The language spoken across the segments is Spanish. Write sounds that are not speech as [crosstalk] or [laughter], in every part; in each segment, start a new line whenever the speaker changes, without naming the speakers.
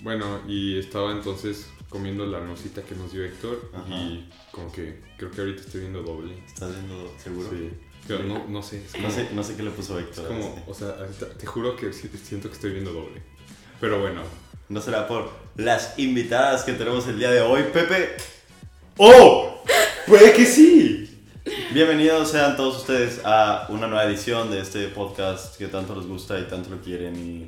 Bueno, y estaba entonces comiendo la nosita que nos dio Héctor
Ajá.
y como que creo que ahorita estoy viendo doble.
¿Estás viendo seguro?
Sí. Pero no, no sé. es
No
como-
sé, no sé qué le puso
Es
Héctor. a
como,
este.
o sea, ahorita te juro que si- siento que estoy viendo doble. Pero bueno,
No será por las invitadas que tenemos el día de hoy, Pepe. ¡Oh! ¡Puede que sí! Bienvenidos sean todos ustedes a una nueva edición de este podcast que tanto les gusta y tanto lo quieren y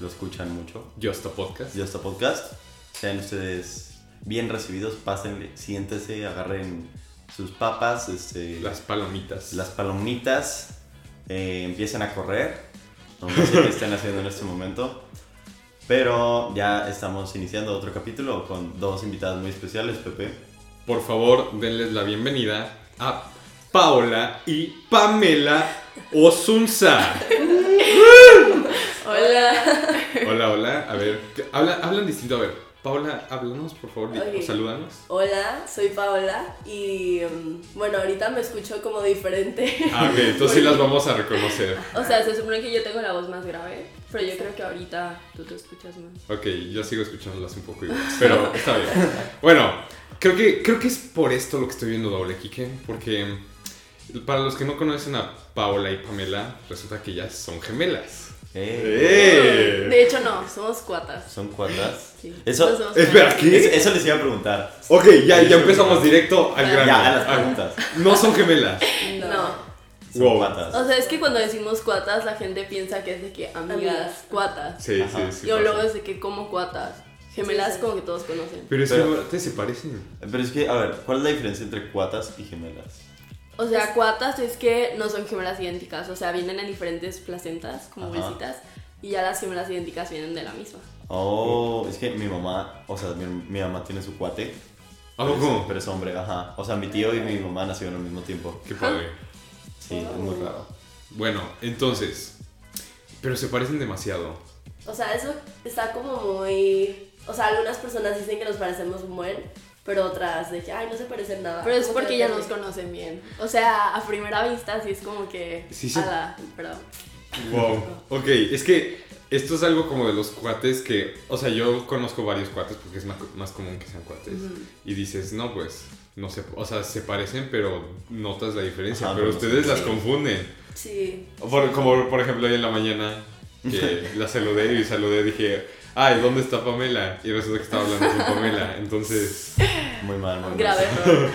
lo escuchan mucho.
yo hasta podcast.
Ya está podcast. Sean ustedes bien recibidos, pásenle, siéntense, agarren sus papas, este,
Las palomitas.
las palomitas, eh, empiecen a correr. No sé qué estén haciendo en este momento. Pero ya estamos iniciando otro capítulo con dos invitadas muy especiales, Pepe.
Por favor, denles la bienvenida a Paola y Pamela Osunza.
Hola.
Hola, hola. A ver, ¿qué- habla, hablan distinto. A ver, Paola, háblanos, por favor, di-
Ok.
salúdanos.
Hola, soy Paola y mm, bueno, ahorita me escucho como diferente.
Ah, ok, entonces sí las vamos a reconocer.
[laughs] O sea, se supone que yo tengo la voz más grave, pero yo creo que ahorita tú te escuchas más.
Ok, yo sigo escuchándolas un poco igual, pero está bien. Bueno, creo que, creo que es por esto lo que estoy viendo doble, Kike, porque mm, para los que no conocen a Paola y Pamela, resulta que ellas son gemelas.
Eh,
¡Eh!
De hecho, no, somos cuatas.
Son cuatas.
Sí. no
Eso,
somos
Espera, ¿qué?
es- eso les iba a preguntar.
Ok, ya, ya empezamos directo al grano.
Ya, a las
Ah,
preguntas.
No son gemelas.
cuatas. No.
Son
Wow.
cuatas.
O sea, es que cuando decimos cuatas, la gente piensa que es de que amigas,
Amigas.
cuatas.
Sí,
Ajá.
sí, sí.
yo
pasa.
luego es de que como cuatas. Gemelas
Sí, sí.
como que todos conocen.
Pero es que
Pero-
ahora te se parecen.
Pero es que, a ver, ¿cuál es la diferencia entre cuatas y gemelas?
O sea, cuatas es que no son gemelas idénticas, o sea, vienen en diferentes placentas, como
Ajá.
bolsitas, y ya las gemelas idénticas vienen de la misma.
Oh, es que mi mamá, o sea, mi, mi mamá tiene su cuate.
¿A
pero es-
poco?
Pero es hombre, ajá. O sea, mi tío y mi mamá nacieron al mismo tiempo.
Qué padre.
Sí, es muy raro.
Bueno, entonces. Pero se parecen demasiado.
O sea, eso está como muy. O sea, algunas personas dicen que nos parecemos un buen, pero otras de que, ay, no se parecen nada.
Pero es
Como
porque
que
ya nos
depende.
conocen bien. O sea, a primera vista sí es como que...
Sí, sí.
ala, pero-
Wow. Ok, es que esto es algo como de los cuates que, o sea, yo conozco varios cuates porque es más, más común que sean cuates. Y dices, no, pues, no sé, o sea, se parecen, pero notas la diferencia.
Ajá,
pero
no, no
ustedes
sé.
las
Sí.
confunden.
[laughs]
Sí.
Por- como por ejemplo hoy en la mañana, [laughs] que la saludé y saludé, dije, ay, ¿dónde está Pamela? Y resulta que estaba hablando con Pamela. Entonces,
Muy mal, muy mal.
Grave error.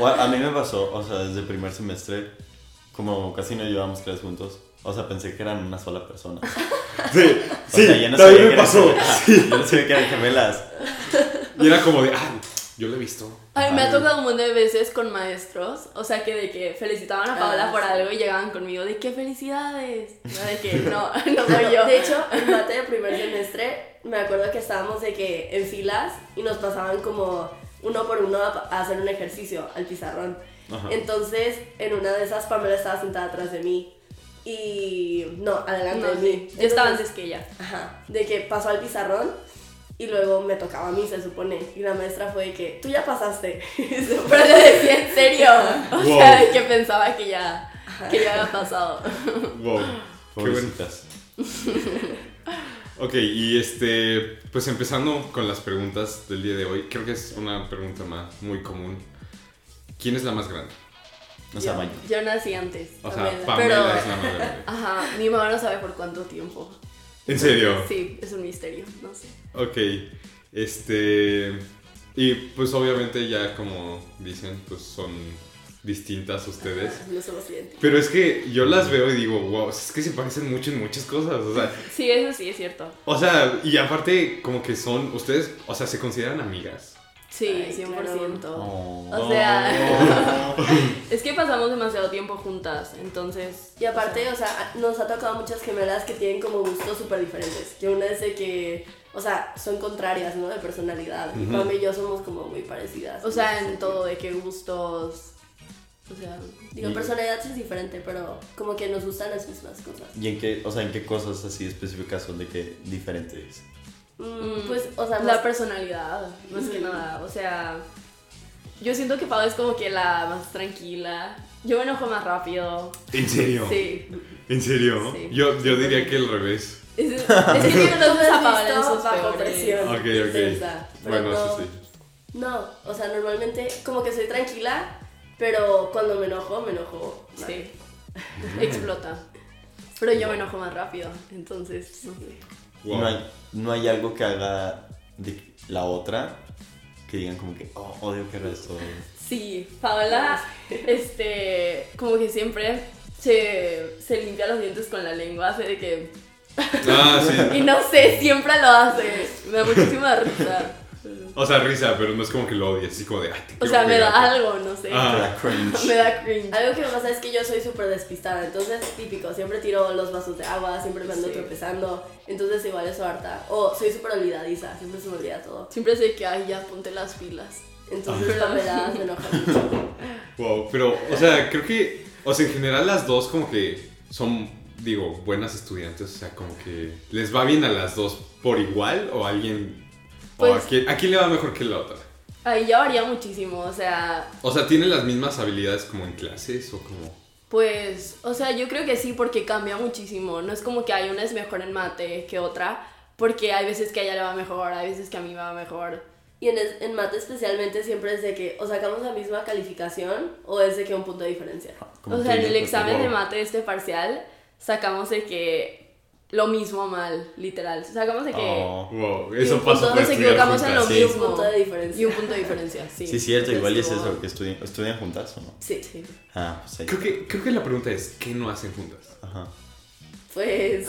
O a, a mí me pasó, o sea, desde el primer semestre, como casi no llevábamos clases juntos, o sea, pensé que eran una sola persona.
[laughs] sí,
O sea, yo no sabía que eran gemelas. Yo no sabía que eran gemelas.
Y era como de, ah, yo lo he visto.
Ay, me ha
Ajá.
tocado un montón de veces con maestros, o sea, que de que felicitaban a Paola
Ah,
por
sí.
algo y llegaban conmigo de que felicidades. No, de que no, [laughs] no soy yo.
De hecho, en mate de primer semestre, me acuerdo que estábamos de que en filas y nos pasaban como uno por uno a a hacer un ejercicio al pizarrón.
Ajá.
Entonces, en una de esas, Pamela estaba sentada atrás de mí. Y. No, adelante
No,
de mí.
sí, Yo estaba
Entonces,
antes que ella.
Ajá, de que pasó al pizarrón y luego me tocaba a mí, se supone. Y la maestra fue de que, tú ya pasaste. [laughs] Y se fue.
Pero le decía en serio. O
Wow.
sea, que pensaba que ya, que ya había pasado.
Wow. Qué bueno.
Pobrecitas.
Ok, y este, pues empezando con las preguntas del día de hoy, creo que es una pregunta más muy común. ¿Quién es la más grande?
O sea,
yo,
mañana.
yo nací antes.
O sea,
Pamela,
Pamela
pero,
es la más grande.
ajá, mi mamá no sabe por cuánto tiempo.
¿En serio?
Sí, es un misterio, no sé.
Ok, este, y pues obviamente ya como dicen, pues son distintas ustedes.
No somos idénticos.
Pero es que yo las veo y digo, wow, es que se parecen mucho en muchas cosas, o sea,
Sí, eso sí es cierto.
o sea, y aparte como que son, ustedes, o sea, se consideran amigas.
Sí,
Ay,
100%.
Oh.
O sea- Es que pasamos demasiado tiempo juntas, entonces...
Y aparte, o sea, nos ha tocado muchas gemelas que tienen como gustos súper diferentes. Que una es de que, o sea, son contrarias, ¿no? De personalidad. Y
Ujú.
Pam y yo somos como muy parecidas.
o sea, en
ese
todo, de qué gustos... O sea...
sentido. Digo, personalidad sí es diferente, pero como que nos gustan las mismas cosas.
[laughs] ¿Y en qué, o sea, en qué cosas así específicas son de que diferentes?
Mm, pues, o sea,
la
nos-
personalidad, más que nada. O sea, Yo siento que Pau es como que la más tranquila. Yo me enojo más rápido.
¿En serio?
Sí.
¿En serio?
Sí.
Yo, yo diría que el
[laughs]
revés.
Es, es
[laughs]
que yo no
Entonces,
a Paola en
listo,
sus
bajo
peores.
presión.
Ok, ok.
intensa, pero
Bueno, eso
no-
sí.
No, o sea, normalmente como que soy tranquila, pero cuando me enojo, me enojo. mal.
Sí. Explota. Pero yo me enojo más rápido, entonces. no sé.
Wow.
No, hay, no hay algo que haga de la otra que digan como que, oh, odio que haga esto.
Sí, [laughs] Paola, este, como que siempre se, se limpia los dientes con la lengua, hace de que.
Ah, sí.
[laughs] Y no sé, siempre lo hace. Me da muchísima risa.
O sea, risa, pero no es como que lo odies, así como de... "Ay, te
O
quiero
sea, me da
pegar".
algo, no sé.
Ah.
Me da cringe.
Me da cringe.
Algo que me pasa es que yo soy súper despistada, entonces típico, siempre tiro los vasos de agua, siempre me ando
Sí.
tropezando, entonces igual eso harta. O soy súper olvidadiza, siempre se me olvida todo.
Siempre sé que, ay, ya ponte las pilas.
Entonces
Ah.
la verdad me enoja mucho.
Wow, pero, o sea, creo que... O sea, en general las dos como que son, digo, buenas estudiantes. O sea, como que les va bien a las dos por igual o a alguien... o
Pues-
a, quién, a quién le va mejor que la otra.
Ahí ya varía muchísimo, o sea,
O sea, ¿tienen las mismas habilidades como en clases o como...?
pues, o sea, yo creo que sí porque cambia muchísimo. No es como que hay una es mejor en mate que otra, porque hay veces que a ella le va mejor, hay veces que a mí me va mejor.
Y en, es- en mate especialmente siempre es de que o sacamos la misma calificación o es de que un punto de diferencia.
Como
o
tú
sea, en
y yo,
el
pues,
examen
wow.
de mate este parcial sacamos de que lo mismo mal, literal. Sacamos de que
Oh. pues,
Wow,
Y
eso
un
pasa
punto
por
nos
estudiar
equivocamos en lo
juntas.
Sí.
Un
mismo.
punto de diferencia.
y un punto de diferencia, sí.
Sí, es cierto, igual y es
Estuvo-
eso, que estudian, estudian juntas o no.
Sí.
Sí.
Ah, pues ahí.
Creo que, creo que la pregunta es, ¿qué no hacen juntas?
Ajá.
Pues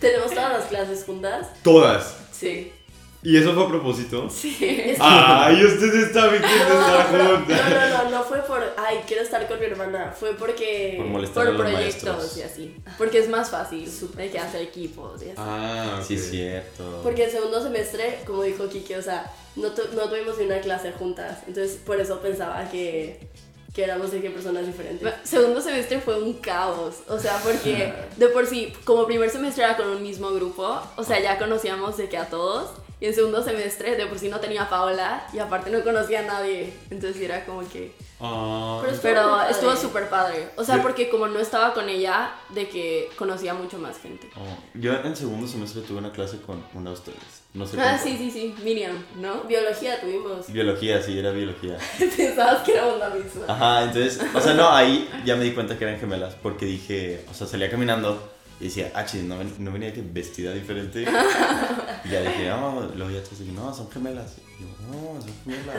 tenemos todas las clases juntas.
Todas.
Sí.
¿Y eso fue a propósito?
Sí.
¡Ay, ustedes saben que estar
No,
juntas!
no, no, no fue por, ay, quiero estar con mi hermana, fue porque...
Por molestar a
Por
los
proyectos
maestros.
y así. Porque es más fácil, hay que hacer equipos y así.
Ah,
Sí,
ok.
es cierto.
Porque el segundo semestre, como dijo Kiki, o sea, no, tu- no tuvimos ni una clase juntas. Entonces, por eso pensaba que, que éramos de qué personas diferentes.
Segundo semestre fue un caos, o sea, porque de por sí, como primer semestre era con un mismo grupo, o sea, ya conocíamos de que a todos, y en segundo semestre de por sí no tenía a Paola, y aparte no conocía a nadie, entonces era como que...
Ah,
Pero es- Estuvo muy
Pero
padre.
estuvo súper padre, o sea,
Yo-
porque como no estaba con ella, de que conocía mucho más gente.
Oh, yo en segundo semestre tuve una clase con una de ustedes. No sé
Ah,
cómo.
sí, sí, sí, Miriam, ¿no? [laughs]
Biología tuvimos.
Biología, sí, era biología.
Pensabas que éramos la
Ah,
misma.
Ajá, entonces, o sea, no, ahí ya me di cuenta que eran gemelas porque dije, o sea, salía caminando y decía, ah, chis, no, ven- no venía que vestida diferente. Y ya dije, no, luego ya todos dije, no, son gemelas. Y yo, no, son gemelas.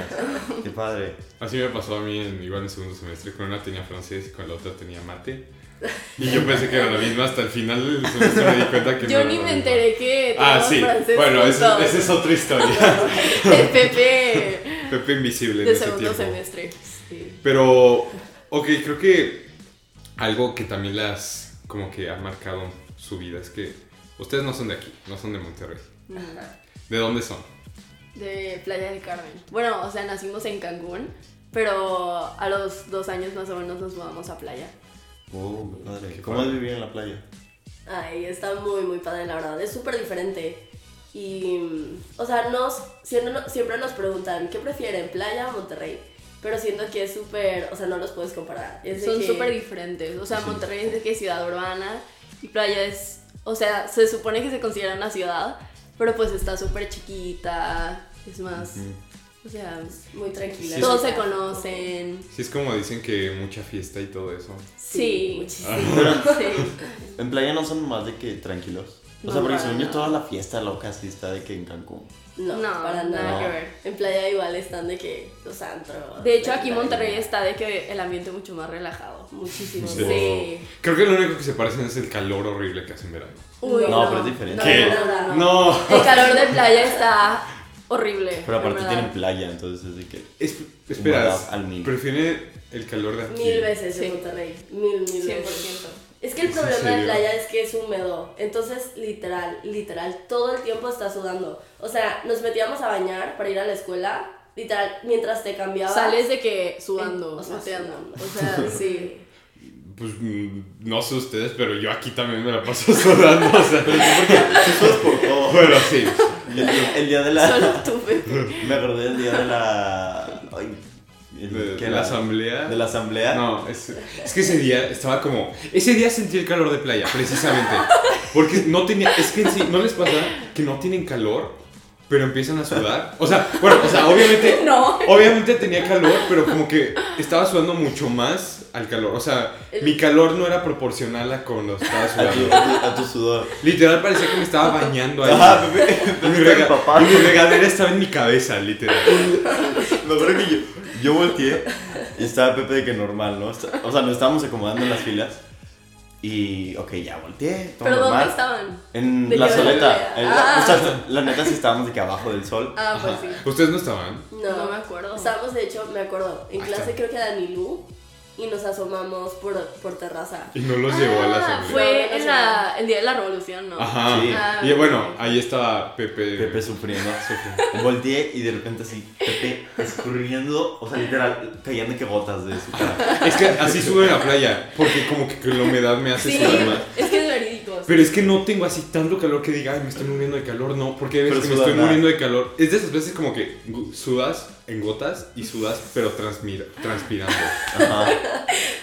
Qué padre.
Así me pasó a mí en, igual en segundo semestre. Con una tenía francés y con la otra tenía mate. Y yo pensé que era la misma hasta el final del semestre me di cuenta que no
Yo
era
ni
la
me
misma.
enteré que...
Ah,
teníamos
sí.
francés
Bueno, esa
juntos.
esa es otra historia.
[laughs]
[laughs]
El Pepe
Pepe invisible en
de
ese
segundo
tiempo.
semestre. Sí.
Pero, ok, creo que algo que también las, como que ha marcado su vida es que ustedes no son de aquí, no son de Monterrey. ¿De dónde son?
De Playa del Carmen. Bueno, o sea, nacimos en Cancún, pero a los dos años más o menos nos mudamos a playa.
Oh, qué padre.
Qué
¿Cómo
padre.
es vivir en la playa?
Ay, está muy, muy padre, la verdad. Es súper diferente. Y, mm, o sea, nos, siempre, no- siempre nos preguntan, ¿qué prefieren, playa o Monterrey? Pero siento que es súper, o sea, no los puedes comparar. Es de
Son
que-
súper diferentes. O sea,
Sí.
Monterrey es de que ciudad urbana y playa es. O sea, se supone que se considera una ciudad, pero pues está súper chiquita. Es más. O sea,
muy tranquila.
Sí,
todos se conocen.
Sí, es como dicen que mucha fiesta y todo eso.
Sí. Ah.
muchísimo.
Sí.
En playa no son más de que tranquilos. O
No,
sea, porque
para
según yo
nada.
toda la fiesta loca así está de que en Cancún.
No,
No,
para
nada
nada.
que ver.
En playa igual están de que los antros.
De hecho,
la
aquí
playa.
Monterrey está de que el ambiente mucho más relajado.
Muchísimo.
Sí.
Sí.
Creo que lo único que se parecen es el calor horrible que hace en verano.
Uy,
No, pero es diferente.
¿Qué?
no, no, no.
No.
El calor de playa está horrible.
Pero aparte
en verdad.
tienen playa, entonces es de que...
Es- espera,
Guardado al mil.
prefiere el calor de aquí.
Mil veces
Sí.
en Monterrey. Mil, mil veces.
100%.
Es que el
¿Es en
problema de
serio?
playa es que es húmedo. Entonces, literal, literal, todo el tiempo estás sudando. O sea, nos metíamos a bañar para ir a la escuela. Literal, mientras te cambiabas.
Sales de que sudando,
O sea,
goteando.
[laughs]
O
sudando.
sea, sí.
Pues mm, no sé ustedes, pero yo aquí también me la paso [laughs] sudando. o sea,
por [laughs] todo.
bueno, sí.
[laughs] El, el día de la...
[laughs]
Solo tú, Pepe.
Me acordé del día de la Ay, el-
De,
¿qué
de
era?
la asamblea.
De la asamblea.
No, es, es que ese día estaba como. Ese día sentí el calor de playa, precisamente. Porque no tenía. Es que en sí, ¿no les pasa que no tienen calor, pero empiezan a sudar? O sea, bueno, o sea, obviamente.
No.
Obviamente tenía calor, pero como que estaba sudando mucho más al calor. O sea, mi calor no era proporcional a cuando estaba
A tu,
sudando.
a tu- a tu [laughs] sudor.
Literal parecía que me estaba bañando ahí.
Ajá, Pepe,
y, mi
Pepe,
rega-
papá.
y mi regadera estaba en mi cabeza, literal.
Me acuerdo que yo, yo volteé y estaba Pepe de que normal, ¿no? Está- O sea, nos estábamos acomodando en las filas. Y, ok, ya volteé, todo
¿Pero
normal.
dónde estaban?
En
De
la
que-
soleta. en la-
Ah.
o sea, la neta sí estábamos de que abajo del sol.
Ah, pues
Ajá.
sí.
¿Ustedes no estaban?
No,
No me acuerdo.
Estábamos, de hecho, me acuerdo, en
Ahí
clase
está.
creo que a Danilú y nos asomamos por, por terraza.
Y no los llevó a la
Ah,
asamblea.
Fue en la- el día de la revolución, ¿no?
Ajá.
Sí.
Ah,
Y bueno, ahí estaba Pepe.
Pepe sufriendo, sufriendo. Volteé y de repente así, Pepe escurriendo, o sea, literal, cayendo que gotas de su cara.
Es que así subo en la playa, porque como que la humedad me hace
Sí,
sudar más.
es que es verídico.
Pero es que no tengo así tanto calor que diga, ay, me estoy muriendo de calor. No, porque ves
Pero
que me
sudas
estoy
nada.
muriendo de calor. Es de esas veces como que gu- sudas en gotas y sudas, pero transmira-
Ah.
transpirando.
Ajá.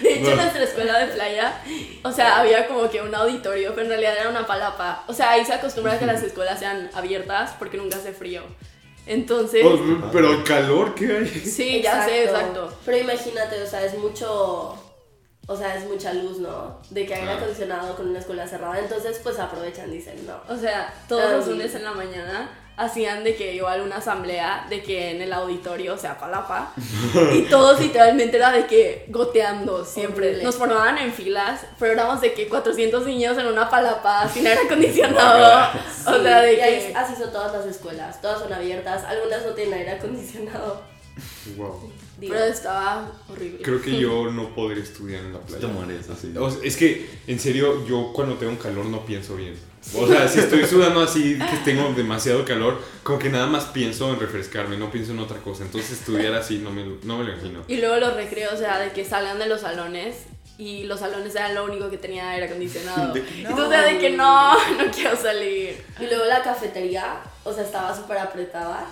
De hecho, en
No.
nuestra escuela de playa, o sea, había como que un auditorio, pero en realidad era una palapa. O sea, ahí se acostumbra a que las escuelas sean abiertas porque nunca hace frío. Entonces,
Oh, pero el calor que hay.
sí, ya sé, exacto.
Pero imagínate, o sea, es mucho. O sea, es mucha luz, ¿no? De que aire
Ah.
acondicionado con una escuela cerrada. Entonces, pues aprovechan, dicen, no.
O sea, todos los
Um.
lunes en la mañana hacían de que igual una asamblea de que en el auditorio, o sea, palapa,
[laughs]
y todos literalmente era de que goteando siempre.
Horrible.
Nos formaban en filas, pero éramos de que 400 niños en una palapa sin aire
[laughs]
acondicionado. o sea, de
Y ahí-
que...
así son todas las escuelas. Todas son abiertas. Algunas no tienen aire acondicionado. [laughs]
Wow.
Digo,
Pero estaba horrible.
Creo que yo no podría estudiar en la playa.
Te mueres así.
O sea, es que, en serio, yo cuando tengo calor no pienso bien. O sea, si
[laughs]
estoy sudando así, que tengo demasiado calor, como que nada más pienso en refrescarme, no pienso en otra cosa. Entonces estudiar así no me, lo- no me lo imagino.
Y luego los recreos, o sea, de que salgan de los salones y los salones eran lo único que tenía aire
[laughs]
acondicionado.
De que
Y tú te de que no, no [laughs] quiero salir.
Y luego la cafetería, o sea, estaba súper apretada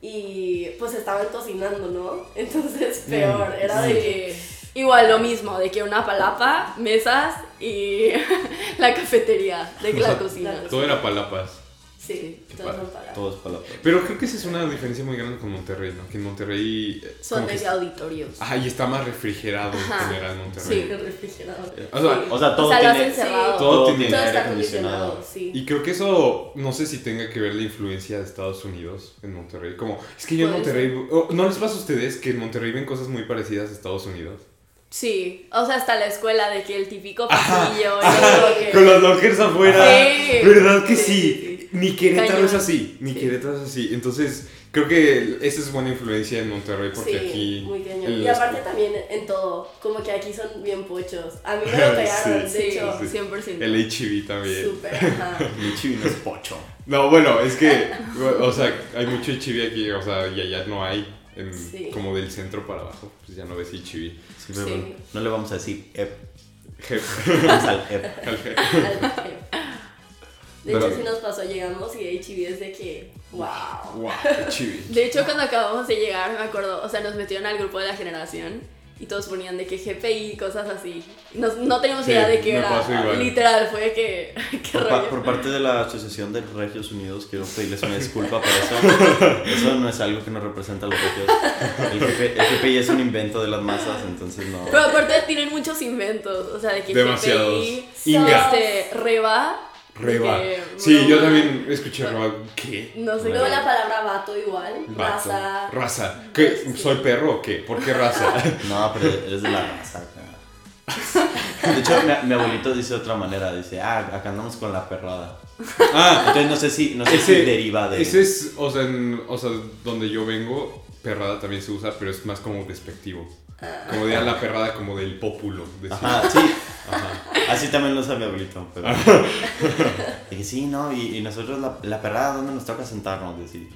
y pues estaban cocinando, ¿no? Entonces peor, era
Era de
de...
que igual lo mismo, de que una palapa, mesas y [laughs] la cafetería, de
[laughs]
que la cocina.
Todo era palapas.
Sí,
Qué
todos
padre.
son para...
Todos para la playa.
Pero creo que esa es una diferencia muy grande con Monterrey, ¿no? Que en Monterrey... eh,
Son
como que- Ah,
de auditorios.
Ajá, y está más refrigerado
Ajá.
en general
Sí,
Monterrey.
el refrigerador.
O sea,
Sí.
O sea, todo
o sea, lo
tiene,
hacen cerrado.
todo Eh, tiene
Todo
aire
está
acondicionado.
acondicionado, sí.
Y creo que eso, no sé si tenga que ver la influencia de Estados Unidos en Monterrey. Como, es que yo en
Puede
Monterrey... oh, ¿No les pasa a ustedes que en Monterrey ven cosas muy parecidas a Estados Unidos?
Sí, o sea, hasta la escuela, de que el típico pasillo. y todo que-
Con los lockers afuera.
Sí.
¿Verdad que sí?
Sí, sí,
Ni Querétaro
Cañón.
es así. Ni
Sí.
Querétaro es así. Entonces, creo que esa es buena influencia en Monterrey porque
Sí,
aquí.
muy cañón.
el- este,
Y aparte también en todo, como que aquí son bien pochos. A mí me lo pegaron,
[laughs] Sí,
de
Sí,
hecho,
sí.
100%.
El HIV también.
súper. ajá.
[laughs]
Mi chivino es pocho.
No, bueno, es que. O sea, hay mucho HIV aquí, o sea, y allá no hay. en-
Sí.
Como del centro para abajo, pues ya no ves HIV.
Sí, pero bueno, No le vamos a decir ep.
Jefe.
Vamos al ep.
De hecho,
Pero-
sí nos pasó, llegamos y HIV es de que, wow.
wow, HIV.
De hecho, cuando acabamos de llegar, me acuerdo, o sea, nos metieron al grupo de la generación y todos ponían de que GPI y cosas así. Nos- no teníamos
Sí,
idea de qué
me
era.
pasó igual.
Literal, fue de que. [laughs] qué
Por, pa-
rollo.
por parte de la Asociación de Regios Unidos, quiero pedirles una disculpa por [laughs] eso. Eso no es algo que nos representa a los regios. El, GP, el GPI es un invento de las masas, entonces no.
Pero aparte tienen muchos inventos, o sea, de que
Demasiados.
GPI,
Inga.
este, Reba. de
Reba.
que,
Sí, yo
broma,
también escuché Reba. ¿Qué?
No sé
Luego
cómo
la
la
palabra vato igual,
Vato.
raza.
Raza. ¿Qué? ¿Soy perro o qué? ¿Por qué
[laughs]
raza?
No, pero eres de la raza. acá. De hecho, mi, mi abuelito dice de otra manera: dice, ah, acá andamos con la perrada.
ah,
Entonces no sé si, no sé si deriva de.
Ese es, o sea, en- o sea, donde yo vengo, perrada también se usa, pero es más como despectivo. Como de a la perrada, como del pópulo. decir.
Ajá, sí.
Ajá.
Así también lo usa mi abuelito.
[laughs]
Pero... Dije, sí, ¿no? Y, y nosotros, la, la perrada, ¿dónde nos toca sentarnos? Decir.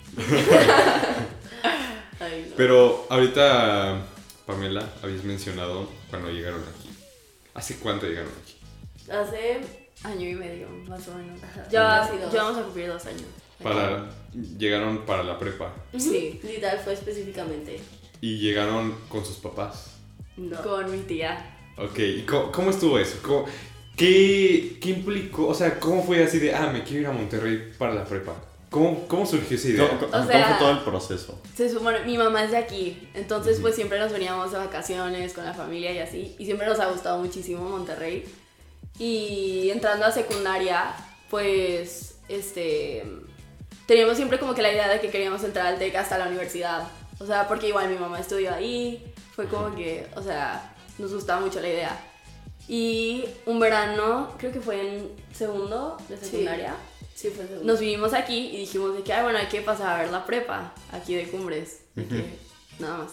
Ay, no.
Pero ahorita, Pamela, habéis mencionado cuando llegaron aquí. ¿Hace cuánto llegaron aquí?
Hace
año y medio, más o menos.
Ajá.
Ya,
Casi dos.
ya vamos a cumplir dos años.
Para, llegaron para la prepa.
Sí.
Literal fue específicamente.
Y y llegaron con sus papás.
No.
Con mi tía.
Ok, ¿y cómo, cómo estuvo eso? ¿Cómo- qué, qué implicó? O sea, ¿cómo fue así de, ah, me quiero ir a Monterrey para la prepa? ¿Cómo, cómo surgió esa idea?
¿Cómo, cómo-
O
cómo
sea-
fue todo el proceso?
Se supone, mi mamá es de aquí, entonces pues siempre nos veníamos de vacaciones con la familia y así, y siempre nos ha gustado muchísimo Monterrey. Y entrando a secundaria, pues, este, teníamos siempre como que la idea de que queríamos entrar al TEC hasta la universidad, o sea, porque igual mi mamá estudió ahí, fue como que, o sea, nos gustaba mucho la idea. Y un verano, creo que fue en segundo de
Sí.
secundaria,
Sí, fue segundo.
nos vinimos aquí y dijimos de que, ay, bueno, hay que pasar a ver la prepa aquí de Cumbres. de que Nada más.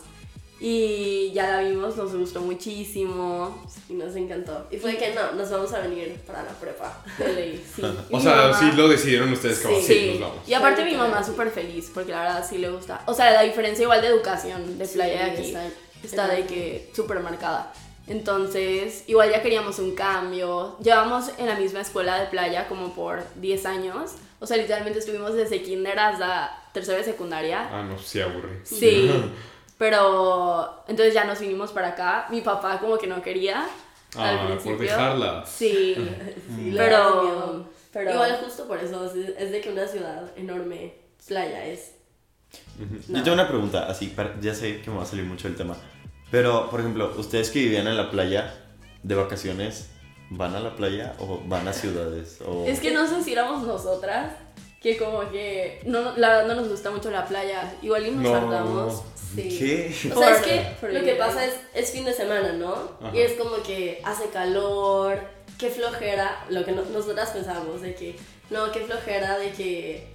Y ya la vimos, nos gustó muchísimo.
Y nos encantó. Y fue que no, nos vamos a venir para la prepa.
de
[laughs]
ley, sí. Y
O
mi
sea,
mamá-
sí lo decidieron ustedes como,
Sí.
sí, nos vamos.
Y aparte
Fue
mi
literal.
mamá súper feliz porque la verdad sí le gusta. O sea, la diferencia igual de educación de playa de aquí
Sí,
está,
era-
de que súper marcada. Entonces, igual ya queríamos un cambio. Llevamos en la misma escuela de playa como por 10 años. O sea, literalmente estuvimos desde kinder hasta tercero de secundaria.
Ah, no, sí aburre.
Sí, pero entonces ya nos vinimos para acá. Mi papá como que no quería al
[laughs] Ah,
principio.
por dejarla.
Sí,
Sí, la verdad,
Mm. pero,
miedo.
pero
Igual justo por eso, es, es de que una ciudad enorme, playa es. No.
Yo tengo una pregunta, así, para- ya sé que me va a salir mucho el tema. Pero, por ejemplo, ustedes que vivían en la playa de vacaciones, ¿van a la playa o van a ciudades? O...
es que no sé si éramos nosotras que como que no, la verdad no nos gusta mucho la playa. Igual y nos
No.
saltamos.
Sí.
¿Qué?
O sea, es
Por-
que
por
lo
el-
que pasa es, es fin de semana, ¿no?
Ajá.
Y es como que hace calor, qué flojera, lo que no- nosotras pensábamos de que, no, qué flojera de que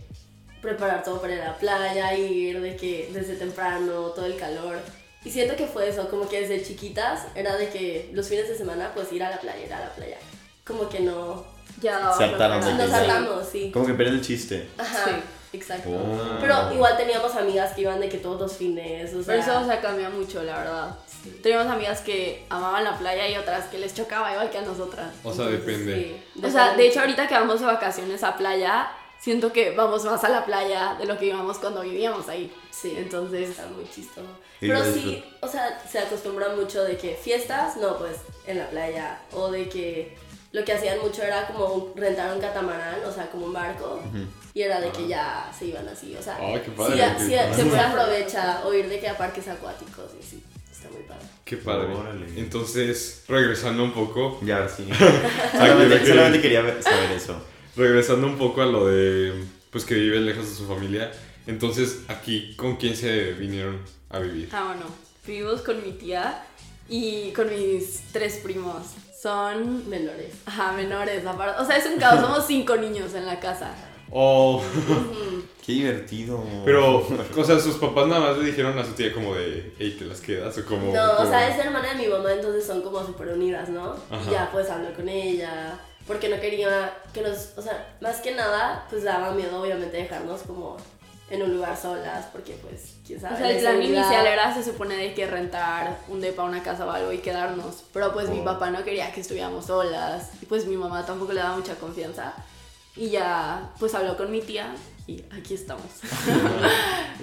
preparar todo para ir a la playa, ir de que desde temprano, todo el calor. Y siento que fue eso, como que desde chiquitas era de que los fines de semana pues ir a la playa, ir a la playa. Como que no...
Ya daba
Saltaron
flojera.
de
Nos
sí.
saltamos, sí.
Como que pierde el chiste.
Ajá,
Sí.
exacto.
Oh.
Ah.
Pero igual teníamos amigas que iban de que todos los fines, o sea...
Por eso o sea, cambia mucho, la verdad.
sí.
Teníamos amigas que amaban la playa y otras que les chocaba igual que a nosotras.
O sea, depende.
Sí.
O sea, de hecho ahorita que vamos de vacaciones a playa, siento que vamos más a la playa de lo que íbamos cuando vivíamos ahí.
Sí,
Entonces,
está muy chistoso.
Y
Pero
lo
sí,
disfrut-
o sea, se acostumbra mucho de que fiestas, no, pues en la playa, o de que lo que hacían mucho era como un- rentar un catamarán, o sea, como un barco, y era de que ya se iban así, o sea,
Ah. Ay, qué padre,
sí, a-
qué
sí, a-
padre.
se puede aprovecha o ir de que a parques acuáticos y sí, está muy padre.
Qué padre.
Órale.
Entonces, regresando un poco,
Ya,
[laughs]
sí.
Ay,
solamente,
qué-
solamente quería ver- saber eso.
regresando un poco a lo de, pues que vive lejos de su familia. Entonces, aquí, ¿con quién se vinieron a vivir?
ah, bueno, vivimos con mi tía y con mis tres primos. Son,
Menores.
ajá, menores, aparte. O sea, es un
[laughs]
caos, somos cinco niños en la casa.
Oh,
Qué divertido. Oh,
pero, o sea, sus papás nada más le dijeron a su tía como de, hey, te las quedas o como...
No, o
como-
sea, es hermana de mi mamá, entonces son como súper unidas, ¿no?
Ajá.
Y ya pues hablo con ella, porque no quería que nos, o sea, más que nada, pues daba miedo obviamente dejarnos como en un lugar solas, porque pues, quién sabe.
O sea, el
la
plan
inseguridad.
inicial era, se supone, de que rentar un depa, una casa o algo y quedarnos. Pero pues mi
Oh.
papá no quería que estuviéramos solas. Y pues mi mamá tampoco le daba mucha confianza. Y ya, pues habló con mi tía y aquí
[laughs]
estamos.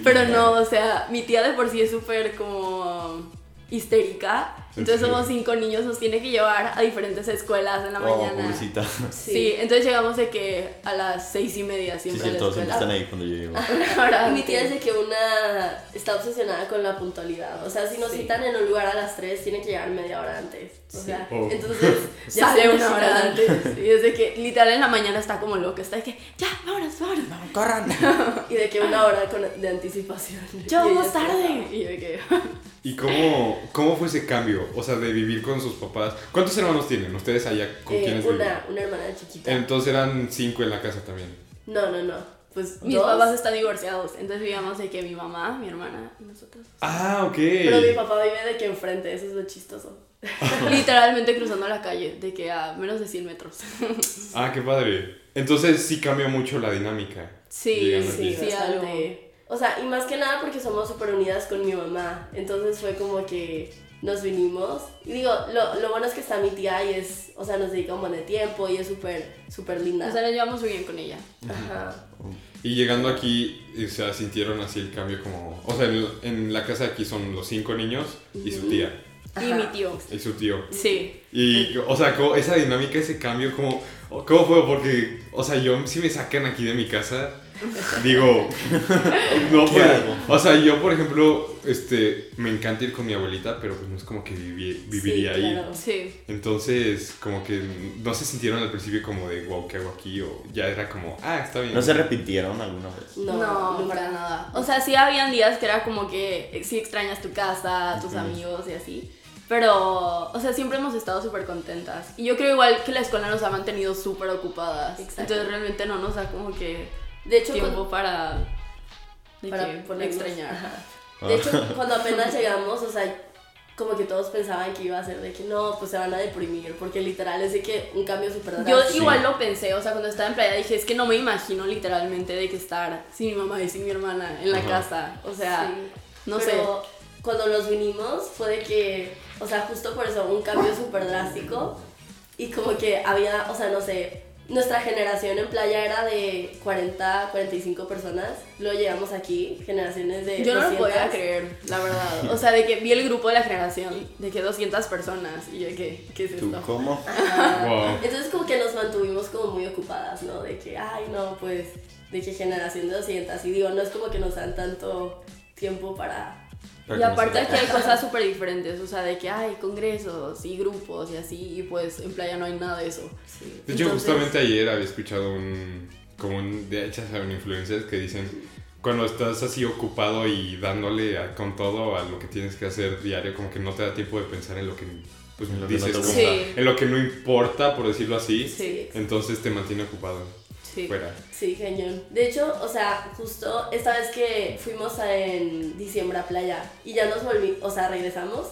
Pero no, o sea, mi tía de por sí es súper como histérica. Entonces
Sí.
somos cinco niños, nos tiene que llevar a diferentes escuelas en la
Oh,
mañana. Sí.
pobrecita.
entonces llegamos de que a las seis y media
Sí,
siempre
sí,
a la
todos siempre
escuela. [laughs]
están ahí cuando yo llego.
Una hora
Y Ah, mi tía
antes.
es de que una está obsesionada con la puntualidad. O sea, si nos
Sí.
citan en un lugar a las 3, tienen que llegar media hora antes. O sea,
Oh.
entonces
[laughs] ya sale
se
una hora
imaginarán.
antes. Y es de que literal en la mañana está como loca, está de que ya, vámonos, vámonos.
Y de que una hora con- de anticipación.
Ya
[laughs] Y ella
vamos
estresada.
tarde. Y yo de [laughs] que.
¿Y cómo, cómo fue ese cambio? O sea, de vivir con sus papás. ¿Cuántos hermanos tienen ustedes allá? ¿Con
Eh,
quiénes viven?
una, una hermana chiquita.
Entonces eran cinco en la casa también.
No, no, no. Pues
Mis
dos.
papás están divorciados, entonces vivíamos de que mi mamá, mi hermana y [laughs] nosotros.
Ah, ok.
Pero mi papá vive de que enfrente, eso es lo chistoso.
Literalmente cruzando la calle, de que a menos de 100 metros. [laughs]
Ah, qué padre. Entonces sí cambió mucho la dinámica.
Sí,
Llegando
sí,
aquí.
sí,
bastante.
algo.
O sea, y más que nada porque somos súper unidas con mi mamá. Entonces fue como que nos vinimos. Y digo, lo, lo bueno es que está mi tía y es, o sea, nos dedica un buen de tiempo y es súper, súper linda.
O sea, nos llevamos muy bien con ella.
Ajá.
¿Y Y llegando aquí, o sea, sintieron así el cambio como... O sea, en, en la casa de aquí son los cinco niños y su tía.
Y mi tío.
Y su tío.
Sí.
Y, o sea, co- esa dinámica, ese cambio, como, ¿cómo fue? Porque, o sea, yo si me sacan aquí de mi casa, digo, no,
¿Qué
pues,
hago?
o sea, yo, por ejemplo, este, me encanta ir con mi abuelita, pero pues no es como que vivi- viviría
Sí,
ahí.
claro.
Sí.
Entonces, como que no se sintieron al principio como de, wow, ¿qué hago aquí? O ya era como, ah, está bien.
¿No se repitieron alguna vez?
No,
No,
nunca.
para nada. O sea, sí habían días que era como que eh, sí extrañas tu casa, tus amigos y así. Pero, o sea, siempre hemos estado súper contentas. Y yo creo igual que la escuela nos ha mantenido súper ocupadas.
Exacto.
Entonces realmente no nos da como que
De hecho,
tiempo
cuando-
para, de
Para
que
ponernos.
extrañar.
Ah.
de hecho,
[laughs]
cuando apenas llegamos, o sea, como que todos pensaban que iba a ser de que no, pues se van a deprimir, porque literal es de que un cambio súper
Yo
drástico.
igual lo pensé, o sea, cuando estaba en playa dije, es que no me imagino literalmente de que estar sin mi mamá y sin mi hermana en la
Ajá.
casa. O sea, no sé.
Pero cuando nos vinimos fue de que, o sea, justo por eso, un cambio súper drástico. Y como que había, o sea, no sé, nuestra generación en playa era de 40, 45 personas. Luego llegamos aquí, generaciones de.
Yo no lo
200.
podía creer, la verdad. O sea, de que vi el grupo de la generación, de que 200 personas, y yo de que, ¿qué es
¿Tú
esto?
cómo?
Ajá.
Wow.
Entonces, como que nos mantuvimos como muy ocupadas, ¿no? De que, ay, no, pues, de que generación de 200. Y digo, no es como que nos dan tanto tiempo para.
Para
Y
que no se
aparte
te-
aquí hay cosas súper diferentes, o sea, de que hay congresos y grupos y así, y pues en playa no hay nada de eso.
Sí.
De hecho,
Entonces-
justamente ayer había escuchado un. como un. de hecho, saben, influencers que dicen. Cuando estás así ocupado y dándole a- con todo a lo que tienes que hacer diario, como que no te da tiempo de pensar en lo que. pues
En lo que
dices,
no te
como-
gusta.
Sí.
en lo que no importa, por decirlo así.
Sí,
Entonces te mantiene ocupado.
sí.
Fuera.
Sí, cañón. De hecho, o sea, justo esta vez que fuimos a- en diciembre a playa y ya nos volví, o sea, regresamos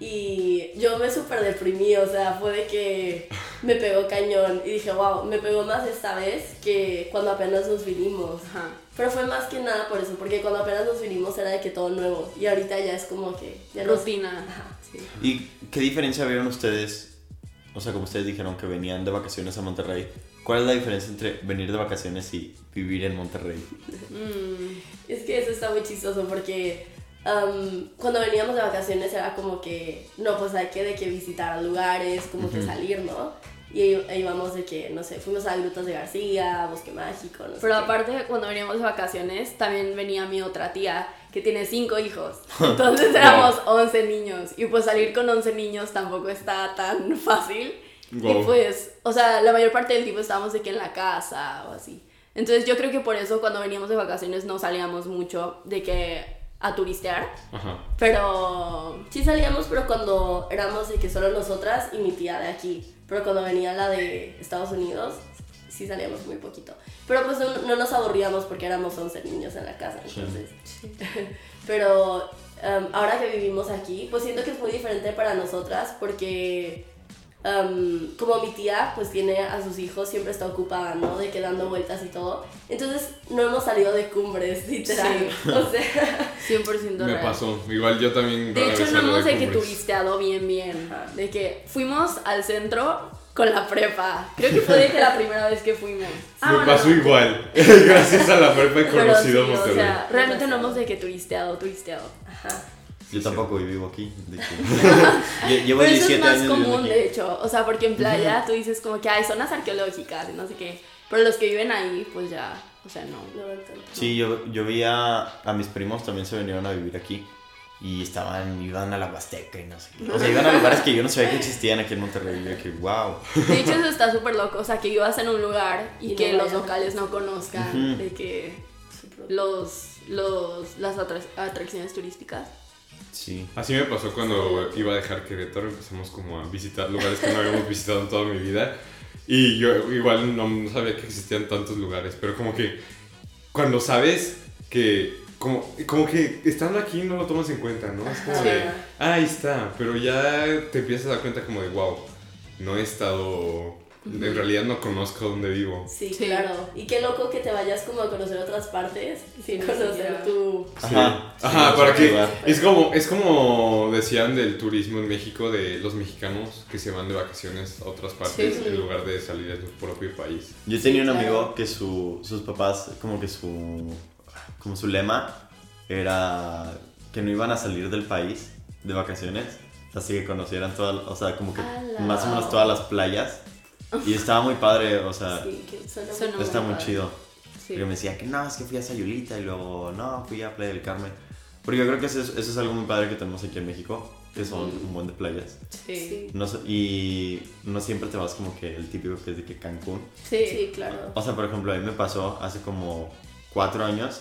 y yo me súper deprimí, o sea, fue de que me pegó cañón y dije, wow, me pegó más esta vez que cuando apenas nos vinimos.
Ajá.
Pero fue más que nada por eso, porque cuando apenas nos vinimos era de que todo nuevo y ahorita ya es como que ya nos-
Rutina.
Ajá, sí.
¿Y qué diferencia vieron ustedes? O sea, como ustedes dijeron que venían de vacaciones a Monterrey. ¿Cuál es la diferencia entre venir de vacaciones y vivir en Monterrey?
Mm,
Es que eso está muy chistoso porque am, cuando veníamos de vacaciones era como que, no, pues hay que, de que visitar lugares, como que salir, ¿no? Y í- íbamos de que, no sé, fuimos a Grutas de García, Bosque Mágico, no sé.
Pero
qué.
aparte, cuando veníamos de vacaciones, también venía mi otra tía, que tiene
[laughs]
cinco hijos. Entonces éramos 11 niños. Y pues salir con 11 niños tampoco está tan [laughs] fácil. Y
Wow.
pues, o sea, la mayor parte del tiempo estábamos de que en la casa o así. Entonces yo creo que por eso cuando veníamos de vacaciones no salíamos mucho de que a turistear.
Ajá.
Pero...
Sí salíamos, pero cuando éramos de que solo nosotras y mi tía de aquí. Pero cuando venía la de Estados Unidos, sí salíamos muy poquito. Pero pues no, no nos aburríamos porque éramos 11 niños en la casa,
Sí.
entonces... [laughs] Pero em, ahora que vivimos aquí, pues siento que es muy diferente para nosotras porque em, como mi tía pues tiene a sus hijos, siempre está ocupada, ¿no? De que dando vueltas y todo. Entonces no hemos salido de cumbres, literal. [laughs] O sea,
100%
Me
real.
pasó. Igual yo también.
De hecho, no hemos de que
tuviste
turisteado bien, bien.
Ajá.
De que fuimos al centro con la prepa. Creo que fue de que la primera vez que fuimos.
Me
Ah, bueno,
pasó
no.
igual. [laughs] Gracias a la prepa he
Pero
conocido
sí,
Monterrey.
O sea, realmente no hemos de que turisteado, turisteado.
ajá.
Yo
sí.
tampoco vivo aquí. de
[laughs]
hecho. [laughs] Lle- Llevo
Pero eso
17
es más
años viviendo
común,
aquí.
de hecho. O sea, porque en playa tú dices como que hay zonas arqueológicas y no sé qué. Pero los que viven ahí, pues ya, o sea, no.
No, entonces,
Sí, yo, yo vi a, a mis primos también se vinieron a vivir aquí. Y estaban, iban a la Huasteca y no sé qué. O sea, iban a lugares que yo no sabía que existían aquí en Monterrey. Y yo que, wow.
De hecho, eso está súper loco. O sea, que ibas en un lugar y,
Y no
que los
vayan.
locales no conozcan
Ujú.
de que
súper-
los, los, las atrac- atracciones turísticas.
Sí.
Así me pasó cuando iba a dejar Querétaro, empezamos como a visitar lugares que no habíamos visitado en toda mi vida. Y yo igual no, no sabía que existían tantos lugares, pero como que cuando sabes que... Como, como que estando aquí no lo tomas en cuenta, ¿no? Es como
Ajá.
de, ah, ahí está, pero ya te empiezas a dar cuenta como de, wow, no he estado En realidad no conozco dónde vivo.
Sí,
Sí.
claro. Y qué loco que te vayas como a conocer otras partes sin
ni
conocer
siquiera.
tu...
Ajá. Sí,
Ajá,
no
¿para
sé
qué?
lugar.
Es como, es como decían del turismo en México, de los mexicanos que se van de vacaciones a otras partes
Sí.
en lugar de salir de su propio país.
Yo tenía un
claro.
amigo que su, sus papás, como que su, como su lema era que no iban a salir del país de vacaciones, así que conocieran todas, o sea, como que
¡Hala!
más o menos todas las playas. Y estaba muy padre, o sea,
Sí, que suena,
Suena
muy
está muy
padre.
chido.
Sí.
Pero me decía que no, es que fui a Sayulita y luego no, fui a Playa del Carmen. Porque yo creo que eso es, eso es algo muy padre que tenemos aquí en México, que son un buen de playas.
Sí.
Sí.
No, sé- y no siempre te vas como que el típico que es de que Cancún.
Sí.
Sí, claro.
O sea, por ejemplo, a mí me pasó hace como cuatro años.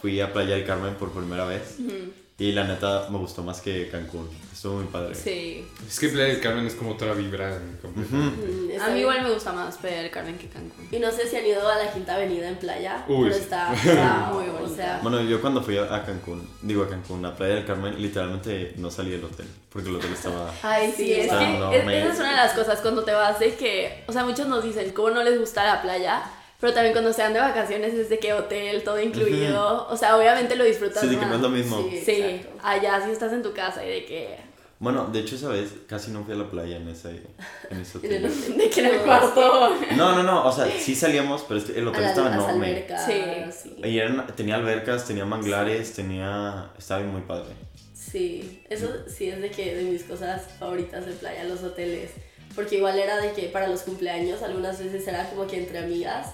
Fui a Playa del Carmen por primera vez. Y la neta me gustó más que Cancún. Estuvo muy padre.
Sí.
Es que Playa del Carmen es como otra vibra en- completamente.
Mm, está
A mí
bien.
igual me gusta más Playa del Carmen que Cancún.
Y no sé si han ido a la Quinta Avenida en playa,
Uy,
pero
sí.
está,
[laughs]
está
Muy
muy bonita.
bonita.
O sea,
Bueno, yo cuando fui a a Cancún, digo a Cancún, a Playa del Carmen, literalmente no salí del hotel. Porque el hotel estaba.
[laughs] Ay, sí,
Sí,
es
está
que
enorme.
es- esa es una de las cosas cuando te vas, de que, o sea, muchos nos dicen cómo no les gusta la playa, pero también cuando se van de vacaciones es de que hotel, todo incluido, o sea, obviamente lo disfrutas
Sí, de que no es lo
más.
mismo.
Sí.
Sí,
Exacto.
allá sí estás en tu casa y de que,
Bueno, de hecho, esa vez casi no fui a la playa en ese, en ese
[laughs] en el
hotel.
[laughs] de que en el
No,
cuarto.
No, no, no. O sea, sí salíamos, pero es que el
a
hotel
la-
estaba
las
enorme.
albercas.
Sí.
Sí.
Y eran- tenía albercas, tenía manglares, tenía. Estaba muy padre.
Sí, eso sí es de que de mis cosas favoritas de playa, los hoteles. Porque igual era de que para los cumpleaños algunas veces era como que entre amigas,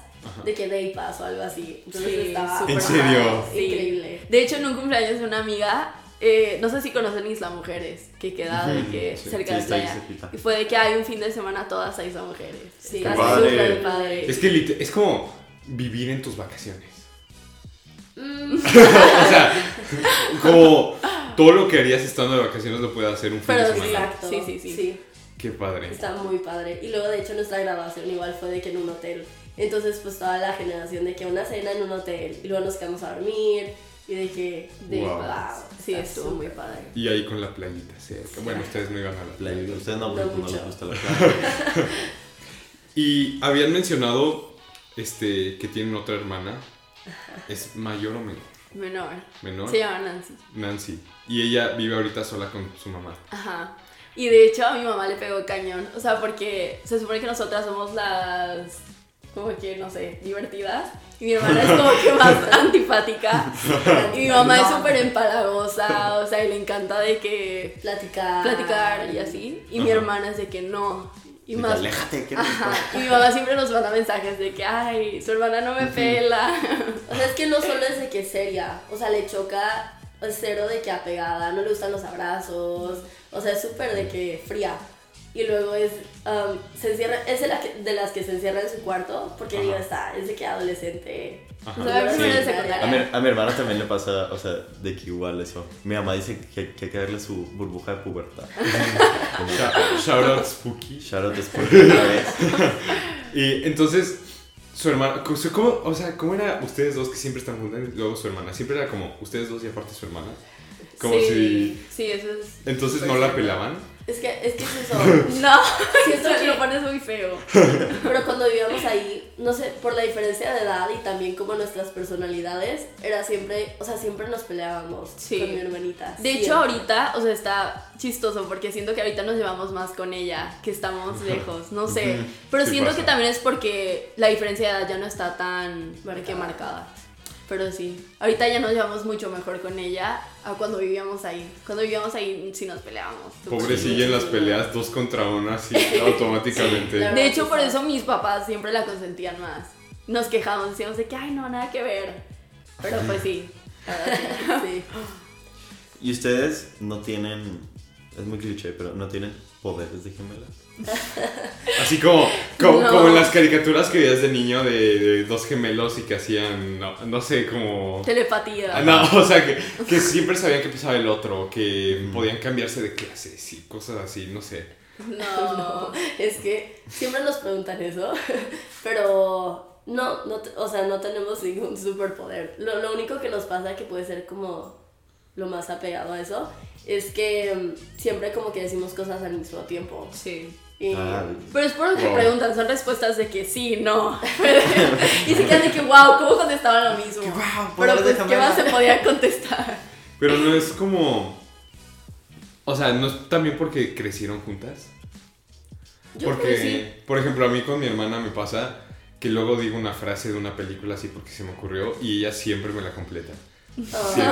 de que day pass o algo así. Entonces
Sí,
estaba
súper
¿En serio?
padre,
Sí.
increíble.
De hecho, en un cumpleaños de una amiga, eh, no sé si conocen Isla Mujeres, que queda de que
sí,
cerca
sí,
de
está ahí
playa.
cerquita.
Y fue de que hay un fin de semana todas a Isla Mujeres.
Sí.
Está
Qué padre.
súper padre.
Es que lit- es como vivir en tus vacaciones.
Mm,
o sea, [laughs] como todo lo que harías estando de vacaciones lo puedes hacer un fin
Pero
de
sí,
semana.
exacto.
Sí, sí, sí.
sí.
Qué padre.
Está muy padre. Y luego, de hecho, nuestra grabación igual fue de que en un hotel. Entonces, pues toda la generación de que una cena en un hotel y luego nos quedamos a dormir y de que. De
Wow.
Sí,
Está
estuvo muy
súper
padre.
Y ahí con la playita cerca. Bueno, ustedes no iban a la playa.
Playa, ustedes no,
No
porque pues, no
mucho.
les gusta la playa.
Y habían mencionado este que tienen otra hermana. ¿Es mayor o menor?
[laughs] Menor.
Menor.
Se llama Nancy.
Nancy. Y ella vive ahorita sola con su mamá.
Ajá. Y de hecho a mi mamá le pegó cañón. O sea, porque se supone que nosotras somos las, como que, no sé, divertidas. Y mi hermana es como
[laughs]
que más antipática. Y mi mamá es súper empalagosa. O sea, y le encanta de que
Platicar.
platicar y así. Y mi
Ajá.
hermana es de que no. Y
Y
más...
aléjate, que no
Ajá. Y mi mamá siempre nos manda mensajes de que, ay, su hermana no me pela.
[laughs]
O sea, es que no solo es de que es seria, o sea, le choca el cero de que apegada, no le gustan los abrazos, o sea, es súper de que fría. Y luego es, um, se encierra, es de, la que- de las que se encierra en su cuarto, porque
Ajá.
digo, está, es de que adolescente.
Ajá.
O sea,
Sí.
primero de
A
secundaria.
mi, a mi hermana también le pasa, o sea, de que igual eso. Mi mamá dice que, que hay que darle su burbuja de pubertad.
Sha- Shout out Spooky.
Shout out después de una vez.
Y entonces, su hermana. ¿cómo, o sea, ¿cómo era ustedes dos que siempre están juntas y luego su hermana? Siempre era como ustedes dos y aparte su hermana. Como
sí, sí, eso es...
si. Entonces no la pelaban.
Es que, es que es eso.
No,
[laughs] Siento
eso [laughs]
que-
lo pones muy feo.
Pero cuando vivíamos ahí, no sé, por la diferencia de edad y también como nuestras personalidades, era siempre, o sea, siempre nos peleábamos
Sí.
con mi hermanita.
De
siempre.
hecho, ahorita, o sea, está chistoso porque siento que ahorita nos llevamos más con ella, que estamos lejos, no sé.
Ujú.
Pero
Sí
siento
pasa.
que también es porque la diferencia de edad ya no está tan
Marcada.
que marcada. Pero sí, ahorita ya nos llevamos mucho mejor con ella a cuando vivíamos ahí. Cuando vivíamos ahí sí nos peleábamos.
Pobrecilla en las peleas, dos contra una,
[laughs]
así automáticamente.
Sí, la
De hecho, por eso mis papás siempre la consentían más. Nos quejábamos, decíamos de que, ay, no, nada que ver. Pero pues sí. la verdad sí.
Y ustedes no tienen, es muy cliché, pero no tienen poderes de gemelas.
Así como, como,
No.
como en las caricaturas que veías de niño de, de dos gemelos y que hacían, no, no sé, como...
[laughs] Telepatía.
Ah, No, [laughs] o sea, que, que siempre sabían que pensaba el otro, que podían cambiarse de clases y cosas así, no sé.
[laughs] No, es que siempre nos preguntan eso, [laughs] pero no, no te- o sea, no tenemos ningún superpoder. Lo, lo único que nos pasa que puede ser como lo más apegado a eso, es que mm, siempre como que decimos cosas al mismo tiempo.
Sí.
Y-
Ah,
[laughs]
Pero es por lo que
Wow.
preguntan, son respuestas de que sí, no. [laughs] y se quedan de que, wow, ¿cómo contestaban lo mismo? Pero
poder
pues,
de
¿qué más se
cámara.
podía contestar?
Pero no es como. O sea, no es también porque crecieron juntas.
Yo creo
porque,
que sí.
por ejemplo, a mí con mi hermana me pasa que luego digo una frase de una película así porque se me ocurrió y ella siempre me la completa. Siempre.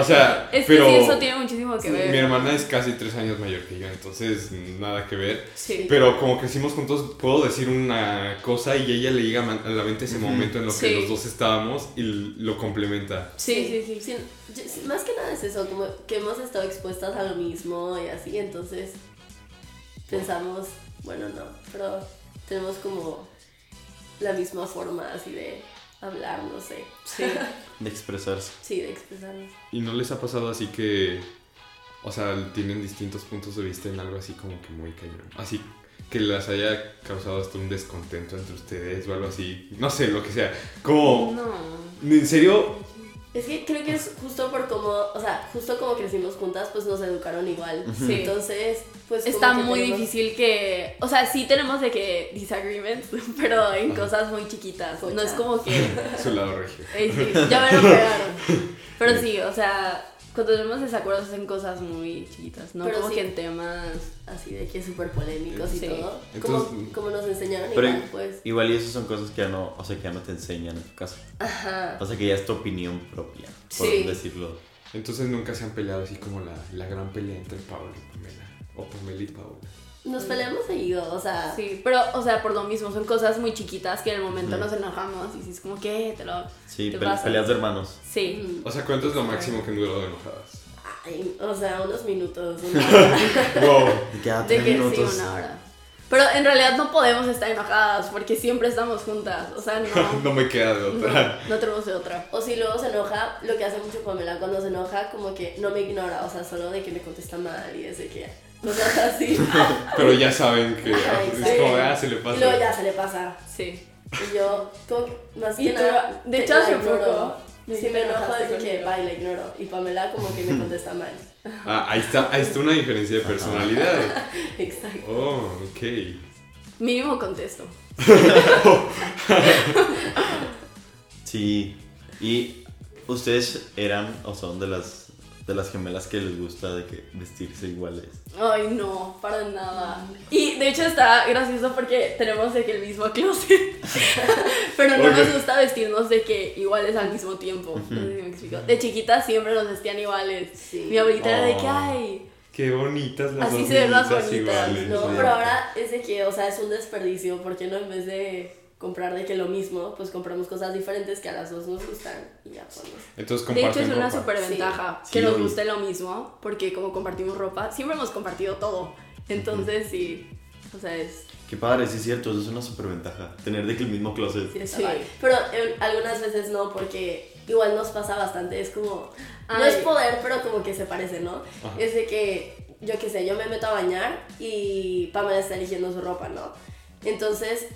O sea,
[laughs] Es que
pero
sí, eso tiene muchísimo que ver.
mi hermana es casi tres años mayor que yo, entonces nada que ver.
Sí.
Pero como crecimos juntos, puedo decir una cosa y ella le llega a la mente ese
Ujú.
momento en lo
Sí.
que los dos estábamos y lo complementa.
Sí, sí, sí.
Sin- yo- sí, más que nada es eso, como que hemos estado expuestas a lo mismo y así, entonces pensamos, bueno, no, pero tenemos como la misma forma así de hablar, no sé,
Sí.
De expresarse.
sí, de expresarnos.
¿Y no les ha pasado así que, o sea, tienen distintos puntos de vista en algo así como que muy cañón? Así que las haya causado hasta un descontento entre ustedes o algo así, no sé, lo que sea. Como,
No.
en serio,
Es que creo que es justo por cómo, o sea, justo como crecimos juntas, pues nos educaron igual.
Ujú. Sí.
Entonces, pues... como
Está
que
muy
tenemos-
difícil que, o sea, sí tenemos de que disagreements, [laughs] pero en
Ajá.
cosas muy chiquitas. No
Pocha.
es como
[laughs]
que,
su lado regio.
"Ey, sí, ya [laughs] me lo pegaron. Pero sí, o sea, cuando tenemos desacuerdos es en cosas muy chiquitas, no
Pero
como
sí.
que en temas.
Así de que súper polémicos y
Sí.
todo. como,
Entonces-
como nos enseñaron
Pero-
igual, pues...
Igual y eso son cosas que ya no, o sea, que ya no te enseñan en tu casa.
Ajá.
O sea, que ya es tu opinión propia, por
Sí.
decirlo.
Entonces nunca se han peleado así como la, la gran pelea entre Paola y Pamela. O Pamela y Paola.
Nos peleamos seguido, o sea...
Sí, pero, o sea, por lo mismo, son cosas muy chiquitas que en el momento nos enojamos y si es como que "Eh, te lo.
Sí,
te
pe-
pasas".
peleas de hermanos.
Sí.
Mm.
O sea, ¿cuánto es lo máximo que han durado enojadas?
Ay, o sea, unos minutos.
[laughs]
Wow.
De que, ah,
De
tres
que
minutos.
sí, una hora. Pero en realidad no podemos estar enojadas porque siempre estamos juntas, o sea, no.
No me queda de otra.
No, no tenemos de otra.
o si luego se enoja, lo que hace mucho Pamela cuando se enoja, como que no me ignora, o sea, solo de que me contesta mal y es de que
[laughs]
cosas [laughs] así.
Pero ya saben que
Ajá,
es
exacto.
como, ah, se le
Y luego
pasa.
ya se le pasa.
Sí.
Y yo, como que, más
Y
que
tú-
nada.
de
te-
hecho,
la
hace
ignoro.
poco, me
Si me enojo,
enojaste
es de que
conmigo.
baila, ignoro. Y Pamela, como que me
[laughs]
contesta mal.
Ah, ahí está, ahí está una diferencia de personalidad.
Exacto.
Oh, ok.
Mínimo contesto.
Sí. Y ustedes eran o son de las de las gemelas que les gusta de que vestirse iguales.
Ay, no, para nada. Y de hecho está gracioso porque tenemos de que el mismo [laughs] closet. Pero no
Oye.
nos gusta vestirnos de que iguales al mismo tiempo. No sé si me explico. De chiquitas siempre nos vestían iguales.
Sí.
Mi abuelita era de que,
Oh.
ay,
Qué bonitas las
Así
dos
se ven las
niñitas
bonitas,
iguales.
No,
Sí.
pero ahora es de que, o sea, es un desperdicio. porque no en vez de comprar de que lo mismo, pues compramos cosas diferentes que a las dos nos gustan? Y ya, pues.
Entonces
de hecho
comparten
es una
ropa.
superventaja
Sí.
que
Sí,
nos
obvio.
guste lo mismo porque como compartimos ropa, siempre hemos compartido todo. Entonces sí, o sea, es...
Qué padre, sí es cierto, eso es una superventaja. Tener de que el mismo closet.
Sí, está
Sí.
mal. Pero eh, algunas veces no, porque igual nos pasa bastante. Es como. No
Ay.
es poder, pero como que se parece, ¿no?
Ajá.
Es de que, yo qué sé, yo me meto a bañar y Pamela está eligiendo su ropa, ¿no? Entonces,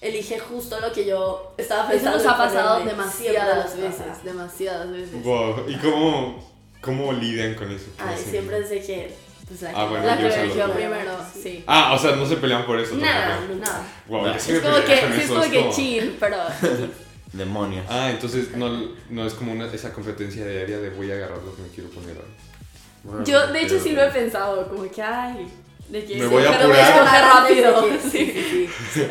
elige justo lo que yo estaba
Eso
pensando.
nos ha
en ponerme.
pasado
Siempre
demasiadas
nos pasa.
veces, demasiadas veces.
Wow, ¿y cómo, cómo lidian con eso? ¿Qué
Ay,
hacen?
siempre es de que. Pues, la
Ah, bueno,
La
yo
que
se lo
eligió
digo.
primero, sí.
Ah, o sea, no se pelean por eso.
Nada,
tampoco.
nada.
Wow, yo
Es
sí
Es
me
como que,
pelearía con
sí, es
eso,
como
es
que
como-
chill,
[laughs]
pero
Demonios.
Ah, entonces no, no es como una, esa competencia diaria de voy a agarrar lo que me quiero poner hoy.
Bueno,
yo de hecho
pero-
sí lo he pensado, como que ay, de que
Me voy a
pero voy
apurar.
escoger rápido,
Sí,
[laughs]
sí,
sí.
sí, sí.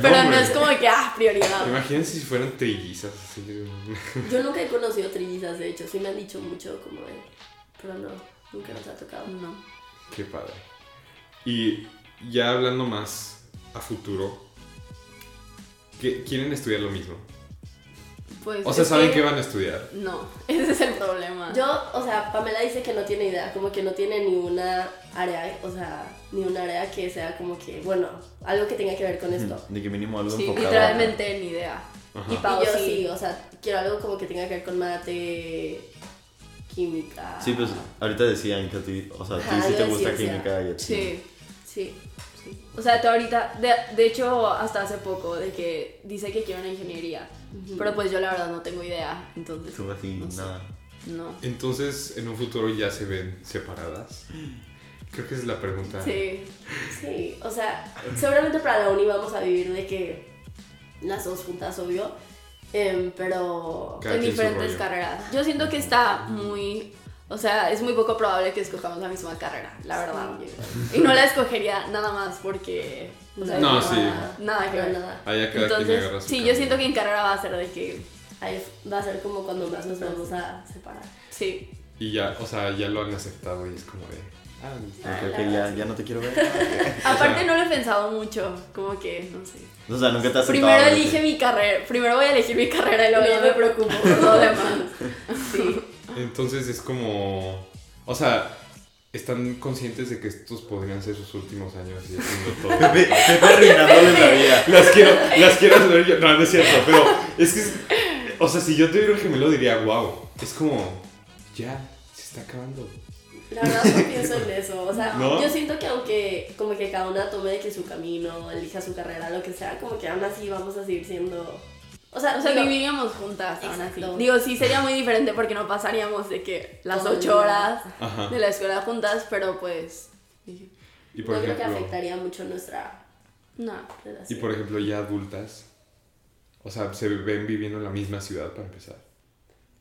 pero no
hombre.
es como que ah, prioridad.
Imagínense si fueran trillizas. así [laughs] de-
Yo nunca he conocido trillizas, de hecho. Sí me han dicho mucho, como de. Pero no, nunca nos ha tocado.
No.
Qué padre. Y ya hablando más a futuro, ¿qué- ¿quieren estudiar lo mismo?
Pues
O sea,
es
¿saben qué van a estudiar?
No, [laughs] ese es el problema.
Yo, o sea, Pamela dice que no tiene idea, como que no tiene ni una área, o sea, ni un área que sea como que, bueno, algo que tenga que ver con esto.
De que mínimo algo
sí,
enfocado.
literalmente ni idea.
Ajá.
Y Pau
Y yo
sí.
sí, o sea, quiero algo como que tenga que ver con mate, química.
Sí, pues ahorita decían que a ti, o sea, a ti
Ajá,
sí
yo
te
de
gusta
ciencia.
química y a ti.
Sí.
Sí.
sí. O sea, tú ahorita, de, de hecho, hasta hace poco, de que dice que quiere una ingeniería, pero pues yo la verdad no tengo idea, entonces...
Tú así,
no sé.
nada.
No.
Entonces, en un futuro ya se ven separadas. Creo que esa es la pregunta.
Sí.
Sí, o sea, seguramente para la uni vamos a vivir de que las dos juntas, obvio, em, pero...
Cada
en
quien su
diferentes
rollo.
carreras. Yo siento que está muy. O sea, es muy poco probable que escojamos la misma carrera, la verdad.
Sí.
Y no la escogería nada más porque. o sea,
No,
nada,
sí.
Nada que
Nada,
ver.
nada.
Allá cada quien agarra
Entonces,
su
sí, yo
camino.
siento que en carrera va a ser de que.
Ahí va a ser como cuando más nos vamos a separar.
Sí.
Y ya, o sea, ya lo han aceptado y es como de. Ah,
Ok, ok, ya, ya no te quiero
[laughs]
ver.
Aparte, no lo he pensado mucho. Como que, no sé.
O sea, nunca te has sentado
Primero
a ver
elige
que-
mi carrera. Primero voy a elegir mi carrera y luego ya me preocupo por lo
[laughs]
demás. Sí.
Entonces es como. O sea, están conscientes de que estos podrían ser sus últimos años y haciendo todo.
[laughs]
Pepe, Pepe arruinándole la vida.
las quiero, las quiero saber yo. No, no es cierto, pero es que. es- o sea, si yo tuviera un gemelo diría, wow. Es como. Ya, se está acabando.
La
[laughs]
verdad no pienso en eso, o sea,
¿No?
yo siento que aunque como que cada una tome de que su camino, elija su carrera, lo que sea, como que aún así vamos a seguir siendo... O sea,
O sea,
digo,
viviríamos juntas aún así.
Exacto.
Digo, sí, sería muy diferente porque no pasaríamos de que las
Todo el
ocho
día.
horas
Ajá.
de la escuela juntas, pero pues. dije,
Y por
no creo que
ejemplo.
afectaría mucho nuestra
No.
Y
relación.
por ejemplo, ya adultas. O sea, se ven viviendo en la misma ciudad para empezar.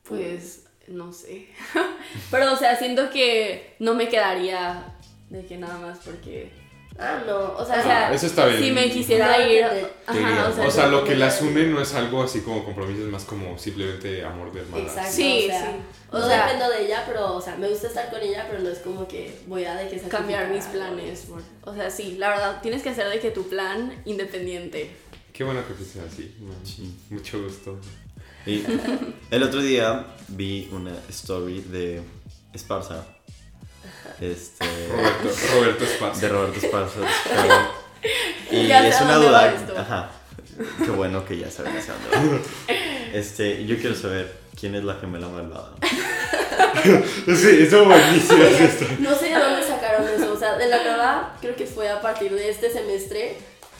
Pues no sé. [laughs] Pero o sea, siento que no me quedaría de que nada más porque
Ah, no, o sea,
o sea,
Ah, eso está bien.
si me quisiera
Claro que
ir,
te-
Te
ajá,
diría.
o sea,
o sea, lo
como
que
que-
las une no es algo así como compromiso, es más como simplemente amor de hermanas.
Exacto.
Sí,
o sea,
sí.
No
O sea-
dependo de ella, pero, o sea, me gusta estar con ella, pero no es como que voy a de que sacrificar
cambiar mis
algo.
planes. por- O sea, sí, la verdad, tienes que hacer de que tu plan independiente.
Qué bueno que piensen así. man.
Sí.
Mucho gusto.
Y el otro día vi una story de Esparza. Este.
Roberto, Roberto
De
Esparza.
Roberto Esparza. pero- Y
Ya sé
es
a
una
dónde va
duda.
esto.
Ajá. Qué bueno que ya saben hacia
[laughs]
dónde va. Este, yo quiero saber quién es la gemela
[laughs]
malvada.
Sí, eso buenísimo. es esto.
No sé de dónde sacaron eso, o sea, de la nada, creo que fue a partir de este semestre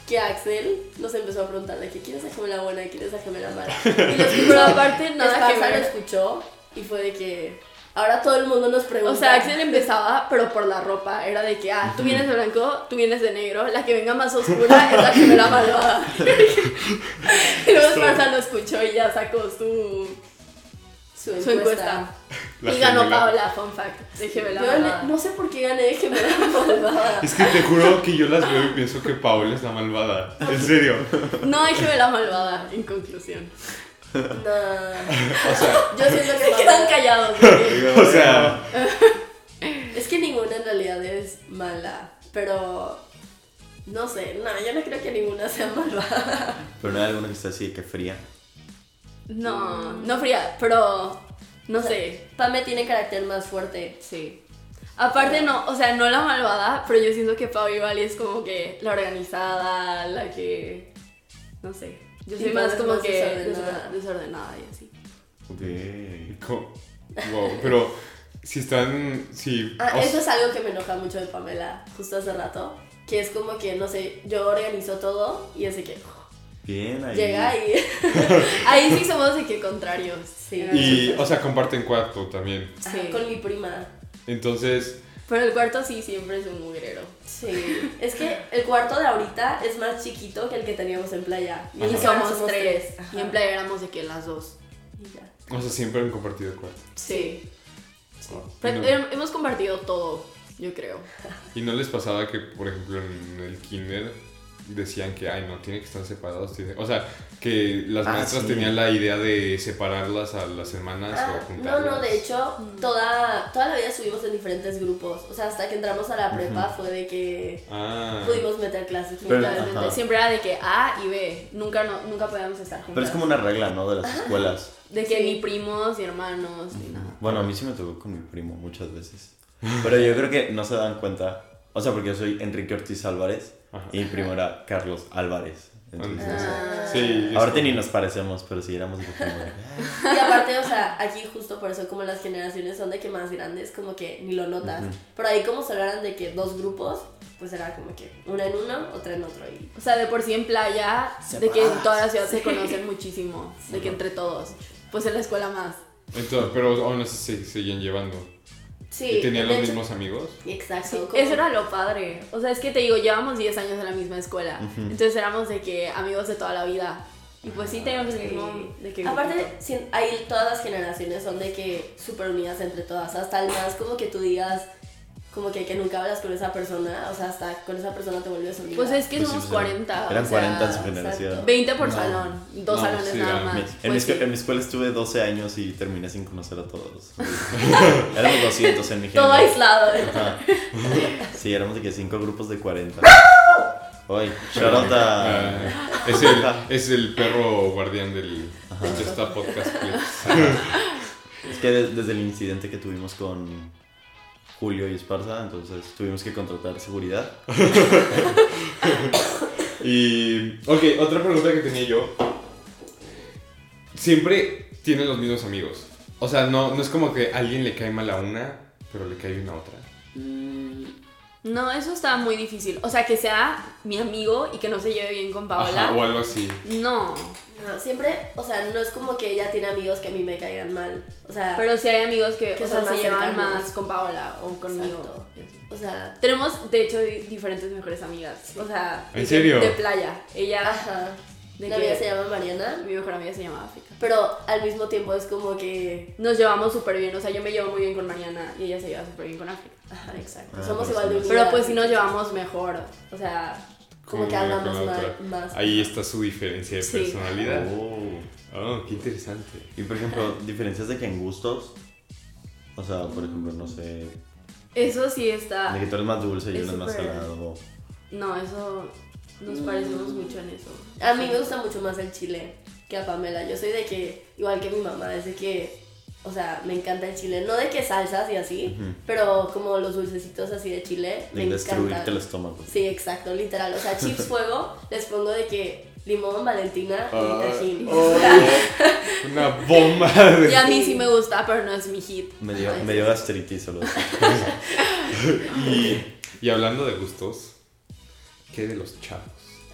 que Axel nos empezó a preguntar de que quién es la gemela buena y quién es la gemela mala.
[laughs]
Y los
Pero aparte, nada que
Esparza lo
ver.
escuchó y fue de que ahora todo el mundo nos pregunta.
O sea, Axel empezaba, pero por la ropa. Era de que, ah, tú vienes de blanco, tú vienes de negro. La que venga más oscura es la que me la malvada. [laughs] y luego Esparza lo escuchó y ya sacó su,
su
su
encuesta.
encuesta.
La
y ganó
gemela.
Paola, fun fact. De gemela
Yo
malvada.
ne- no sé por qué gané de gemela [laughs]
[laughs]
malvada.
Es que te juro que yo las veo y pienso que Paola es la malvada. En [laughs] serio.
No hay gemela malvada, en conclusión.
No,
O sea,
[laughs] yo siento que
Se [laughs] quedan callados.
[laughs]
güey.
o sea,
Es que ninguna en realidad es mala, pero no sé, no, yo no creo que ninguna sea malvada.
Pero no hay alguna que esté así de que fría.
No, no fría, pero no
O sea,
sé.
Pame tiene carácter más fuerte.
Sí. Aparte no, o sea, no la malvada, pero yo siento que Pau y Vali es como que la organizada, la que no sé. Yo
Y
soy
Pau
más
es
como
más
que
desordenada.
desor- desordenada y así.
Ok.
co- wow, pero si están. Si,
Ah,
o sea,
eso es algo que me enoja mucho de Pamela, justo hace rato, que es como que, no sé, yo organizo todo y es de que uf,
Bien ahí.
llega y...
Ahí sí somos de que contrarios.
Sí.
Eh,
y, o sea, comparten cuarto también.
Sí.
Ajá, [laughs] con mi prima.
Entonces,
Pero el cuarto sí siempre es un mugrero.
Sí, es que el cuarto de ahorita es más chiquito que el que teníamos en playa.
Y
ahora
somos, tres.
Ajá.
Y en playa éramos de que las dos.
Y ya.
o sea, siempre han compartido cuarto.
Sí.
Wow.
Pero
Y no-
hem- hemos compartido todo, yo creo.
¿Y no les pasaba que, por ejemplo, en el kinder decían que, ay, no, tiene que estar separados? tiene- O sea, que las
Ah,
maestras
sí.
tenían la idea de separarlas a las hermanas
Ah,
o
no,
juntarlas.
no, de hecho, toda, toda la vida estuvimos en diferentes grupos. O sea, hasta que entramos a la prepa fue de que
Ah.
pudimos meter clases.
Pero-
juntas.
Ajá.
Siempre era de que A y B. Nunca, no, nunca podíamos estar juntas.
Pero es como una regla, ¿no? De las escuelas.
De que
Sí.
ni primos, ni hermanos, ni nada.
Bueno, a mí sí me tocó con mi primo muchas veces. Pero yo creo que no se dan cuenta. O sea, porque yo soy Enrique Ortiz Álvarez
Ajá.
y mi primo era Carlos Álvarez. Entonces,
Ah.
no sé.
Ah.
Sí, es
Ahorita
como-
ni nos parecemos, pero si éramos de que como de, "Ah".
Y aparte, o sea, aquí justo por eso como las generaciones son de que más grandes, como que ni lo notas. Pero ahí como se hablaran de que dos grupos, pues era como que una en uno, otra en otro. Y
O sea, de por sí en playa, de que en
Separadas.
toda la ciudad se conocen muchísimo. De que entre todos. Pues en la escuela más.
Entonces, pero aún así se seguían llevando.
Sí.
¿Y tenían
de
los
hecho-
mismos amigos?
Exacto.
Sí,
como-
eso era lo padre. O sea, es que te digo, llevamos 10 años en la misma escuela. Entonces éramos de que amigos de toda la vida. Y pues sí teníamos el mismo de que
Aparte,
grupito.
sin- ahí todas las generaciones son de que súper unidas entre todas. Hasta el más como que tú digas, como que, que nunca hablas con esa persona. O sea, hasta con esa persona te vuelves unida.
Pues es que
Pues sí,
somos
pues,
40.
Eran
o sea,
40 en su
exacto.
generación.
20 por
No.
salón, dos
No,
salones
sí,
nada
era-
más.
Mi- en, mi
Pues
escu-
sí.
en mi escuela estuve 12 años y terminé sin conocer a
[laughs]
todos. Éramos 200 en mi
Todo
generación.
aislado. [laughs]
Ajá. Sí, éramos de que 5 grupos de 40. Oye, Charota.
Ah, es, el, es el perro guardián del, de esta podcast. clips.
Es que de- desde el incidente que tuvimos con Julio y Esparza, entonces tuvimos que contratar seguridad.
Y, ok, otra pregunta que tenía yo. Siempre tienen los mismos amigos. O sea, no, no es como que a alguien le cae mal a una, pero le cae bien a otra.
No, eso estaba muy difícil. O sea, que sea mi amigo y que no se lleve bien con
[laughs]
Paola.
Ajá, o algo así.
No,
No, siempre, o sea, no es como que ella tiene amigos que a mí me caigan mal. O sea,
pero sí hay amigos que,
Que
o sea,
son más
se llevan
cercanos.
más con Paola o conmigo.
Exacto. o sea,
Tenemos, de hecho, di- diferentes mejores amigas. O sea,
¿En
de-
serio?
de playa. Ella,
ajá.
¿De
Ah, La
qué?
mía se llama Mariana,
mi mejor amiga se llama África.
pero al mismo tiempo es como que.
Nos llevamos súper bien. O sea, yo me llevo muy bien con Mariana y ella se lleva súper bien con África.
Ajá, exacto.
Ah,
Somos
pues
igual de
sí.
unidas.
Pero pues sí nos llevamos mejor. O sea,
Como que
una con
hablamos
la
más.
otra.
más.
Ahí está su diferencia de
Sí.
personalidad.
Oh.
Oh, qué interesante.
Y por ejemplo, diferencias de que en gustos. O sea, por ejemplo, no sé. De
eso sí está.
que tú eres más dulce y yo
Ah, Es
eres más
súper-
salado.
No, eso nos
Mm.
parecemos mucho en eso.
A mí me gusta mucho más el chile que a Pamela. Yo soy de que, igual que mi mamá, es de que, o sea, me encanta el chile. No de que salsas y así, pero como los dulcecitos así de chile,
De
me
destruirte el
encantan.
estómago.
Sí, exacto, literal. O sea,
[laughs]
chips fuego, les pongo de que limón, valentina
Ah,
y tajín.
oh, una bomba de
Y a mí sí me gusta, pero no es mi hit.
Mm.
Me dio,
Ay,
me dio gastritis solo.
[laughs]
eso.
Y, y hablando de gustos, ¿qué de los chavos?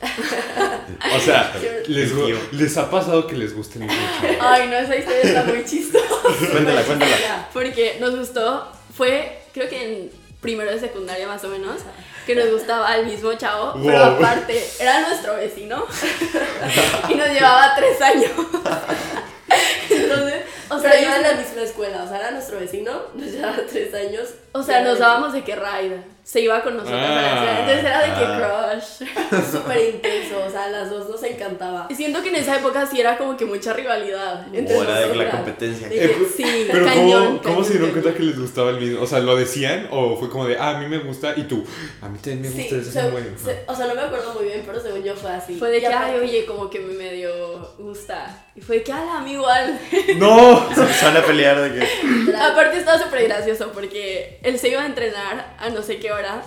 O sea, les, gu- les ha pasado que les gusten mucho.
Ay, no, esa historia está muy chistosa.
cuéntala, cuéntala.
Porque nos gustó, fue creo que en primero de secundaria más o menos, que nos gustaba el mismo chavo, pero
Wow.
aparte era nuestro vecino [laughs] y nos llevaba tres años. [laughs] Entonces,
O
pero
sea,
yo-
iba en la misma escuela, o sea, era nuestro vecino, [laughs] nos llevaba tres años.
O sea, nos
[laughs]
dábamos de que ride. Se iba con nosotros a la
Ah.
ciudad. Entonces era de que crush.
súper intenso, o sea, a las dos nos encantaba.
Y siento que en esa época sí era como que mucha rivalidad. Entre
O era de que la
nosotras.
competencia.
De que
Eh,
sí,
Pero ¿cómo, cómo
cañón,
se
cañón,
dieron cuenta
cañón.
que les gustaba el mismo? O sea, ¿lo decían o fue como de, ah, a mí me gusta y tú, a mí también me
Sí,
gusta, eso es
se-
muy bueno"?
se- o sea, no me acuerdo muy bien, pero según yo fue así.
Fue de
Y
que, ay,
aparte-
oye, como que me medio gusta. Y fue de que, ala, a mí igual.
Eh, ¡No!
Se empezaron a pelear de que.
Aparte estaba súper gracioso porque él se iba a entrenar a no sé qué hora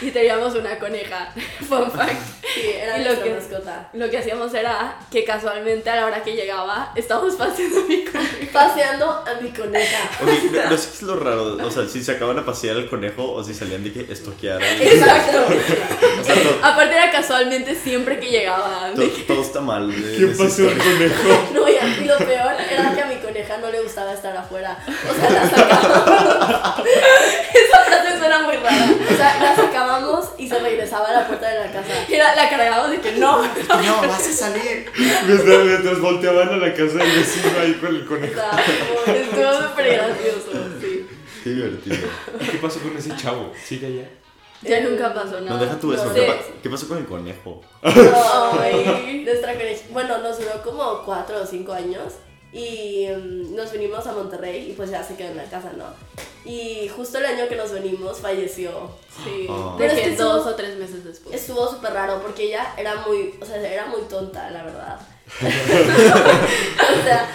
y teníamos una coneja. [laughs] Fun fact.
Sí, era
Y lo
nuestra
que-
mascota.
Lo que hacíamos era que casualmente a la hora que llegaba estábamos paseando mi coneja.
Paseando a mi coneja.
[laughs] Ok, no, no sé qué es lo raro. O sea, si se acaban a pasear el conejo o si salían de que estoquear. al-
Exacto.
O sea, to-
Aparte era casualmente siempre que llegaba.
[laughs]
[laughs]
to- todo está mal. de-
¿Qué
de esa
pasó
historia.
con él?
No, y y lo peor era que a mi coneja no le gustaba estar afuera. O sea, la sacábamos.
[laughs]
Esa frase suena muy rara. O sea, la sacábamos y se regresaba a la puerta de la casa.
Era, la cargábamos de que no. [laughs]
No, vas a salir.
Mientras, mientras volteaban a la casa del vecino ahí con el
O
conejo.
sea, como-
Estuvo súper gracioso, sí.
Qué divertido.
¿Qué pasó con ese chavo? ¿Sigue allá?
Ya nunca pasó
No,
nada.
deja tú eso.
no,
¿qué,
sí.
pa- qué pasó con el conejo? [laughs]
Ay, nuestra coneja. Bueno, nos duró como 4 o 5 años y mm, nos vinimos a Monterrey y pues ya se quedó en la casa, ¿no? Y justo el año que nos venimos falleció.
Sí.
Ah.
Pero
Pero
es
es
que
que
dos
estuvo-
o tres meses después.
Estuvo súper raro porque ella era muy, o sea, era muy tonta, la verdad.
[laughs]
o sea,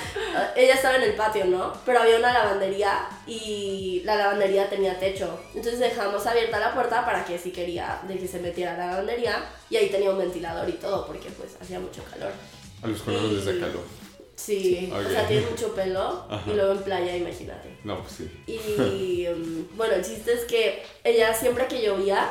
ella estaba en el patio, ¿no? Pero había una lavandería y la lavandería tenía techo. Entonces dejamos abierta la puerta para que si quería de que se metiera a la lavandería y ahí tenía un ventilador y todo porque pues hacía mucho calor.
A los conejos les da calor.
Sí, o
Ok.
sea, tiene mucho pelo
Ajá.
y luego en playa, imagínate.
No, pues
[laughs]
sí.
Y um, bueno, el chiste es que ella siempre que llovía,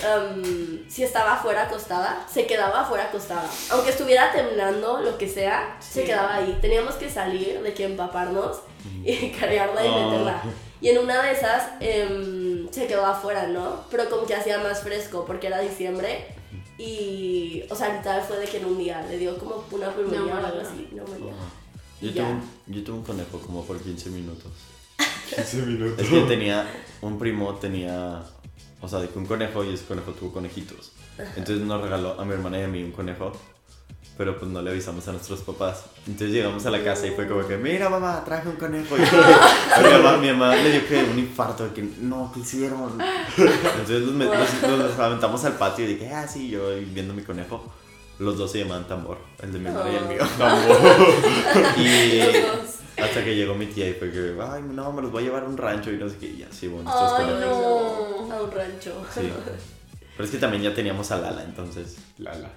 um, si estaba afuera acostada, se quedaba afuera acostada. Aunque estuviera temblando, lo que sea,
Sí.
se quedaba ahí. Teníamos que salir de que empaparnos y [laughs] cargarla y
Ah.
meterla. Y en una de esas em, se quedó afuera, ¿no? Pero como que hacía más fresco porque era diciembre y, o sea, literal fue de que en un día le dio como una pulmonía o algo
Neumonía.
así, neumonía.
Yo
Y
tuve,
ya.
un, yo tuve un conejo como por 15 minutos.
15 minutos.
Es que tenía, un primo tenía, o sea, de que un conejo y ese conejo tuvo conejitos. Entonces nos regaló a mi hermana y a mí un conejo, pero pues no le avisamos a nuestros papás. Entonces llegamos a la casa y fue como que, mira mamá, traje un conejo. Y [laughs] a mi mamá, mi mamá le dio que un infarto, de que no, ¿qué hicieron? Entonces los, met- los- los aventamos al patio y dije, ah, sí, yo ahí viendo mi conejo. Los dos se llamaban tambor, el de mi hermana y el mío. [laughs] Y... Hasta que llegó mi tía y fue que, ay, no, me los voy a llevar a un rancho y no sé qué. Y ya, sí, bueno, estos
Ay,
colores.
no, a un rancho.
Sí. Pero es que también ya teníamos a Lala, entonces.
Lala.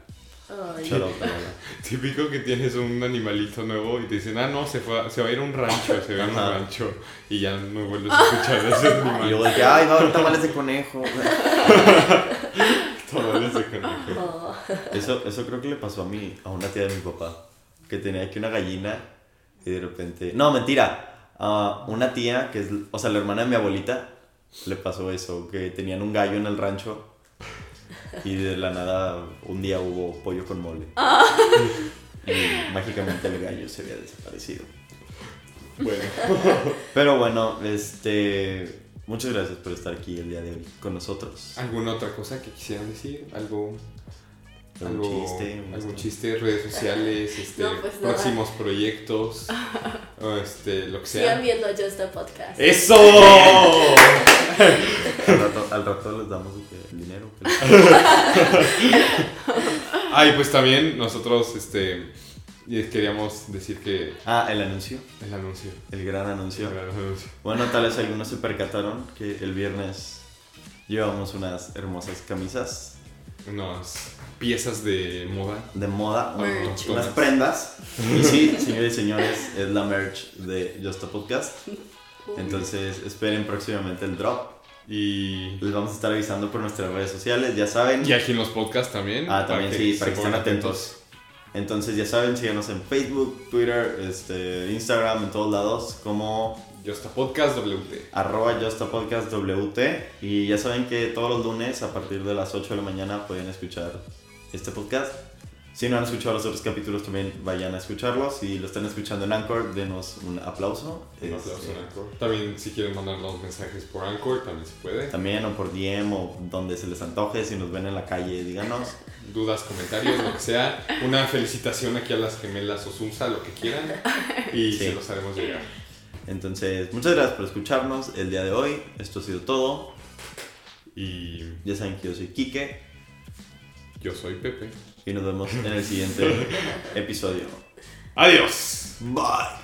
Ay,
Shout out a Lala.
Típico que tienes un animalito nuevo y te dicen, ah, no, se, fue, a- se va a ir a un rancho, se va a ir a
Ajá.
un rancho. Y ya no vuelves a escuchar a ese
Y [laughs]
animal.
luego dije, ay, va a haber tamales de conejo.
Todo ese conejo.
no.
Eso, eso creo que le pasó a mí, a una tía de mi papá, que tenía aquí una gallina y de repente. No, mentira. A una tía, que es, o sea, la hermana de mi abuelita, le pasó eso, que tenían un gallo en el rancho y de la nada un día hubo pollo con mole. Y mágicamente el gallo se había desaparecido.
Bueno,
Pero bueno, este. Muchas gracias por estar aquí el día de hoy con nosotros.
¿alguna otra cosa que quisieran decir? ¿Algo,
Un
algo-
chiste. un-
algún chiste, redes sociales, este,
No, pues nada.
próximos
[laughs]
proyectos, o este, lo que
Sigan
sea. Eh,
viendo Just a Podcast.
¡Eso!
Al rato, al rato les damos eh, dinero.
[laughs] Ay, pues también nosotros, este, y queríamos decir que
Ah, el anuncio.
el anuncio.
El gran
el
anuncio.
anuncio.
Bueno, tal vez algunos se percataron que el viernes llevamos unas hermosas camisas
Unas piezas de moda.
de moda,
Merch.
unas prendas. Y sí, señores y señores, es la merch de Just a Podcast. Entonces esperen próximamente el drop.
Y
Les vamos a estar avisando por nuestras redes sociales, ya saben.
Y aquí en los podcasts también.
Ah, también
para que
sí,
se
para que estén
pongan
atentos. Entonces ya saben, síganos en Facebook, Twitter, este, Instagram, en todos lados, como
atentos. Yosta Podcast WT.
arroba justapodcastwt y ya saben que todos los lunes a partir de las 8 de la mañana pueden escuchar este podcast. Si no han escuchado los otros capítulos también vayan a escucharlos. Si lo están escuchando en Anchor, denos un aplauso.
Un
Este,
aplauso en Anchor. También si quieren mandarnos mensajes por Anchor, también se puede.
También o por DM o donde se les antoje, si nos ven en la calle, díganos.
Dudas, comentarios, lo que sea. Una felicitación aquí a las gemelas Osunsa, lo que quieran. Y
Sí.
se los haremos llegar.
Entonces, muchas gracias por escucharnos el día de hoy. Esto ha sido todo.
Y
Ya saben que yo soy Quique
yo soy Pepe. [laughs]
y nos vemos en el siguiente episodio.
Adiós.
Bye.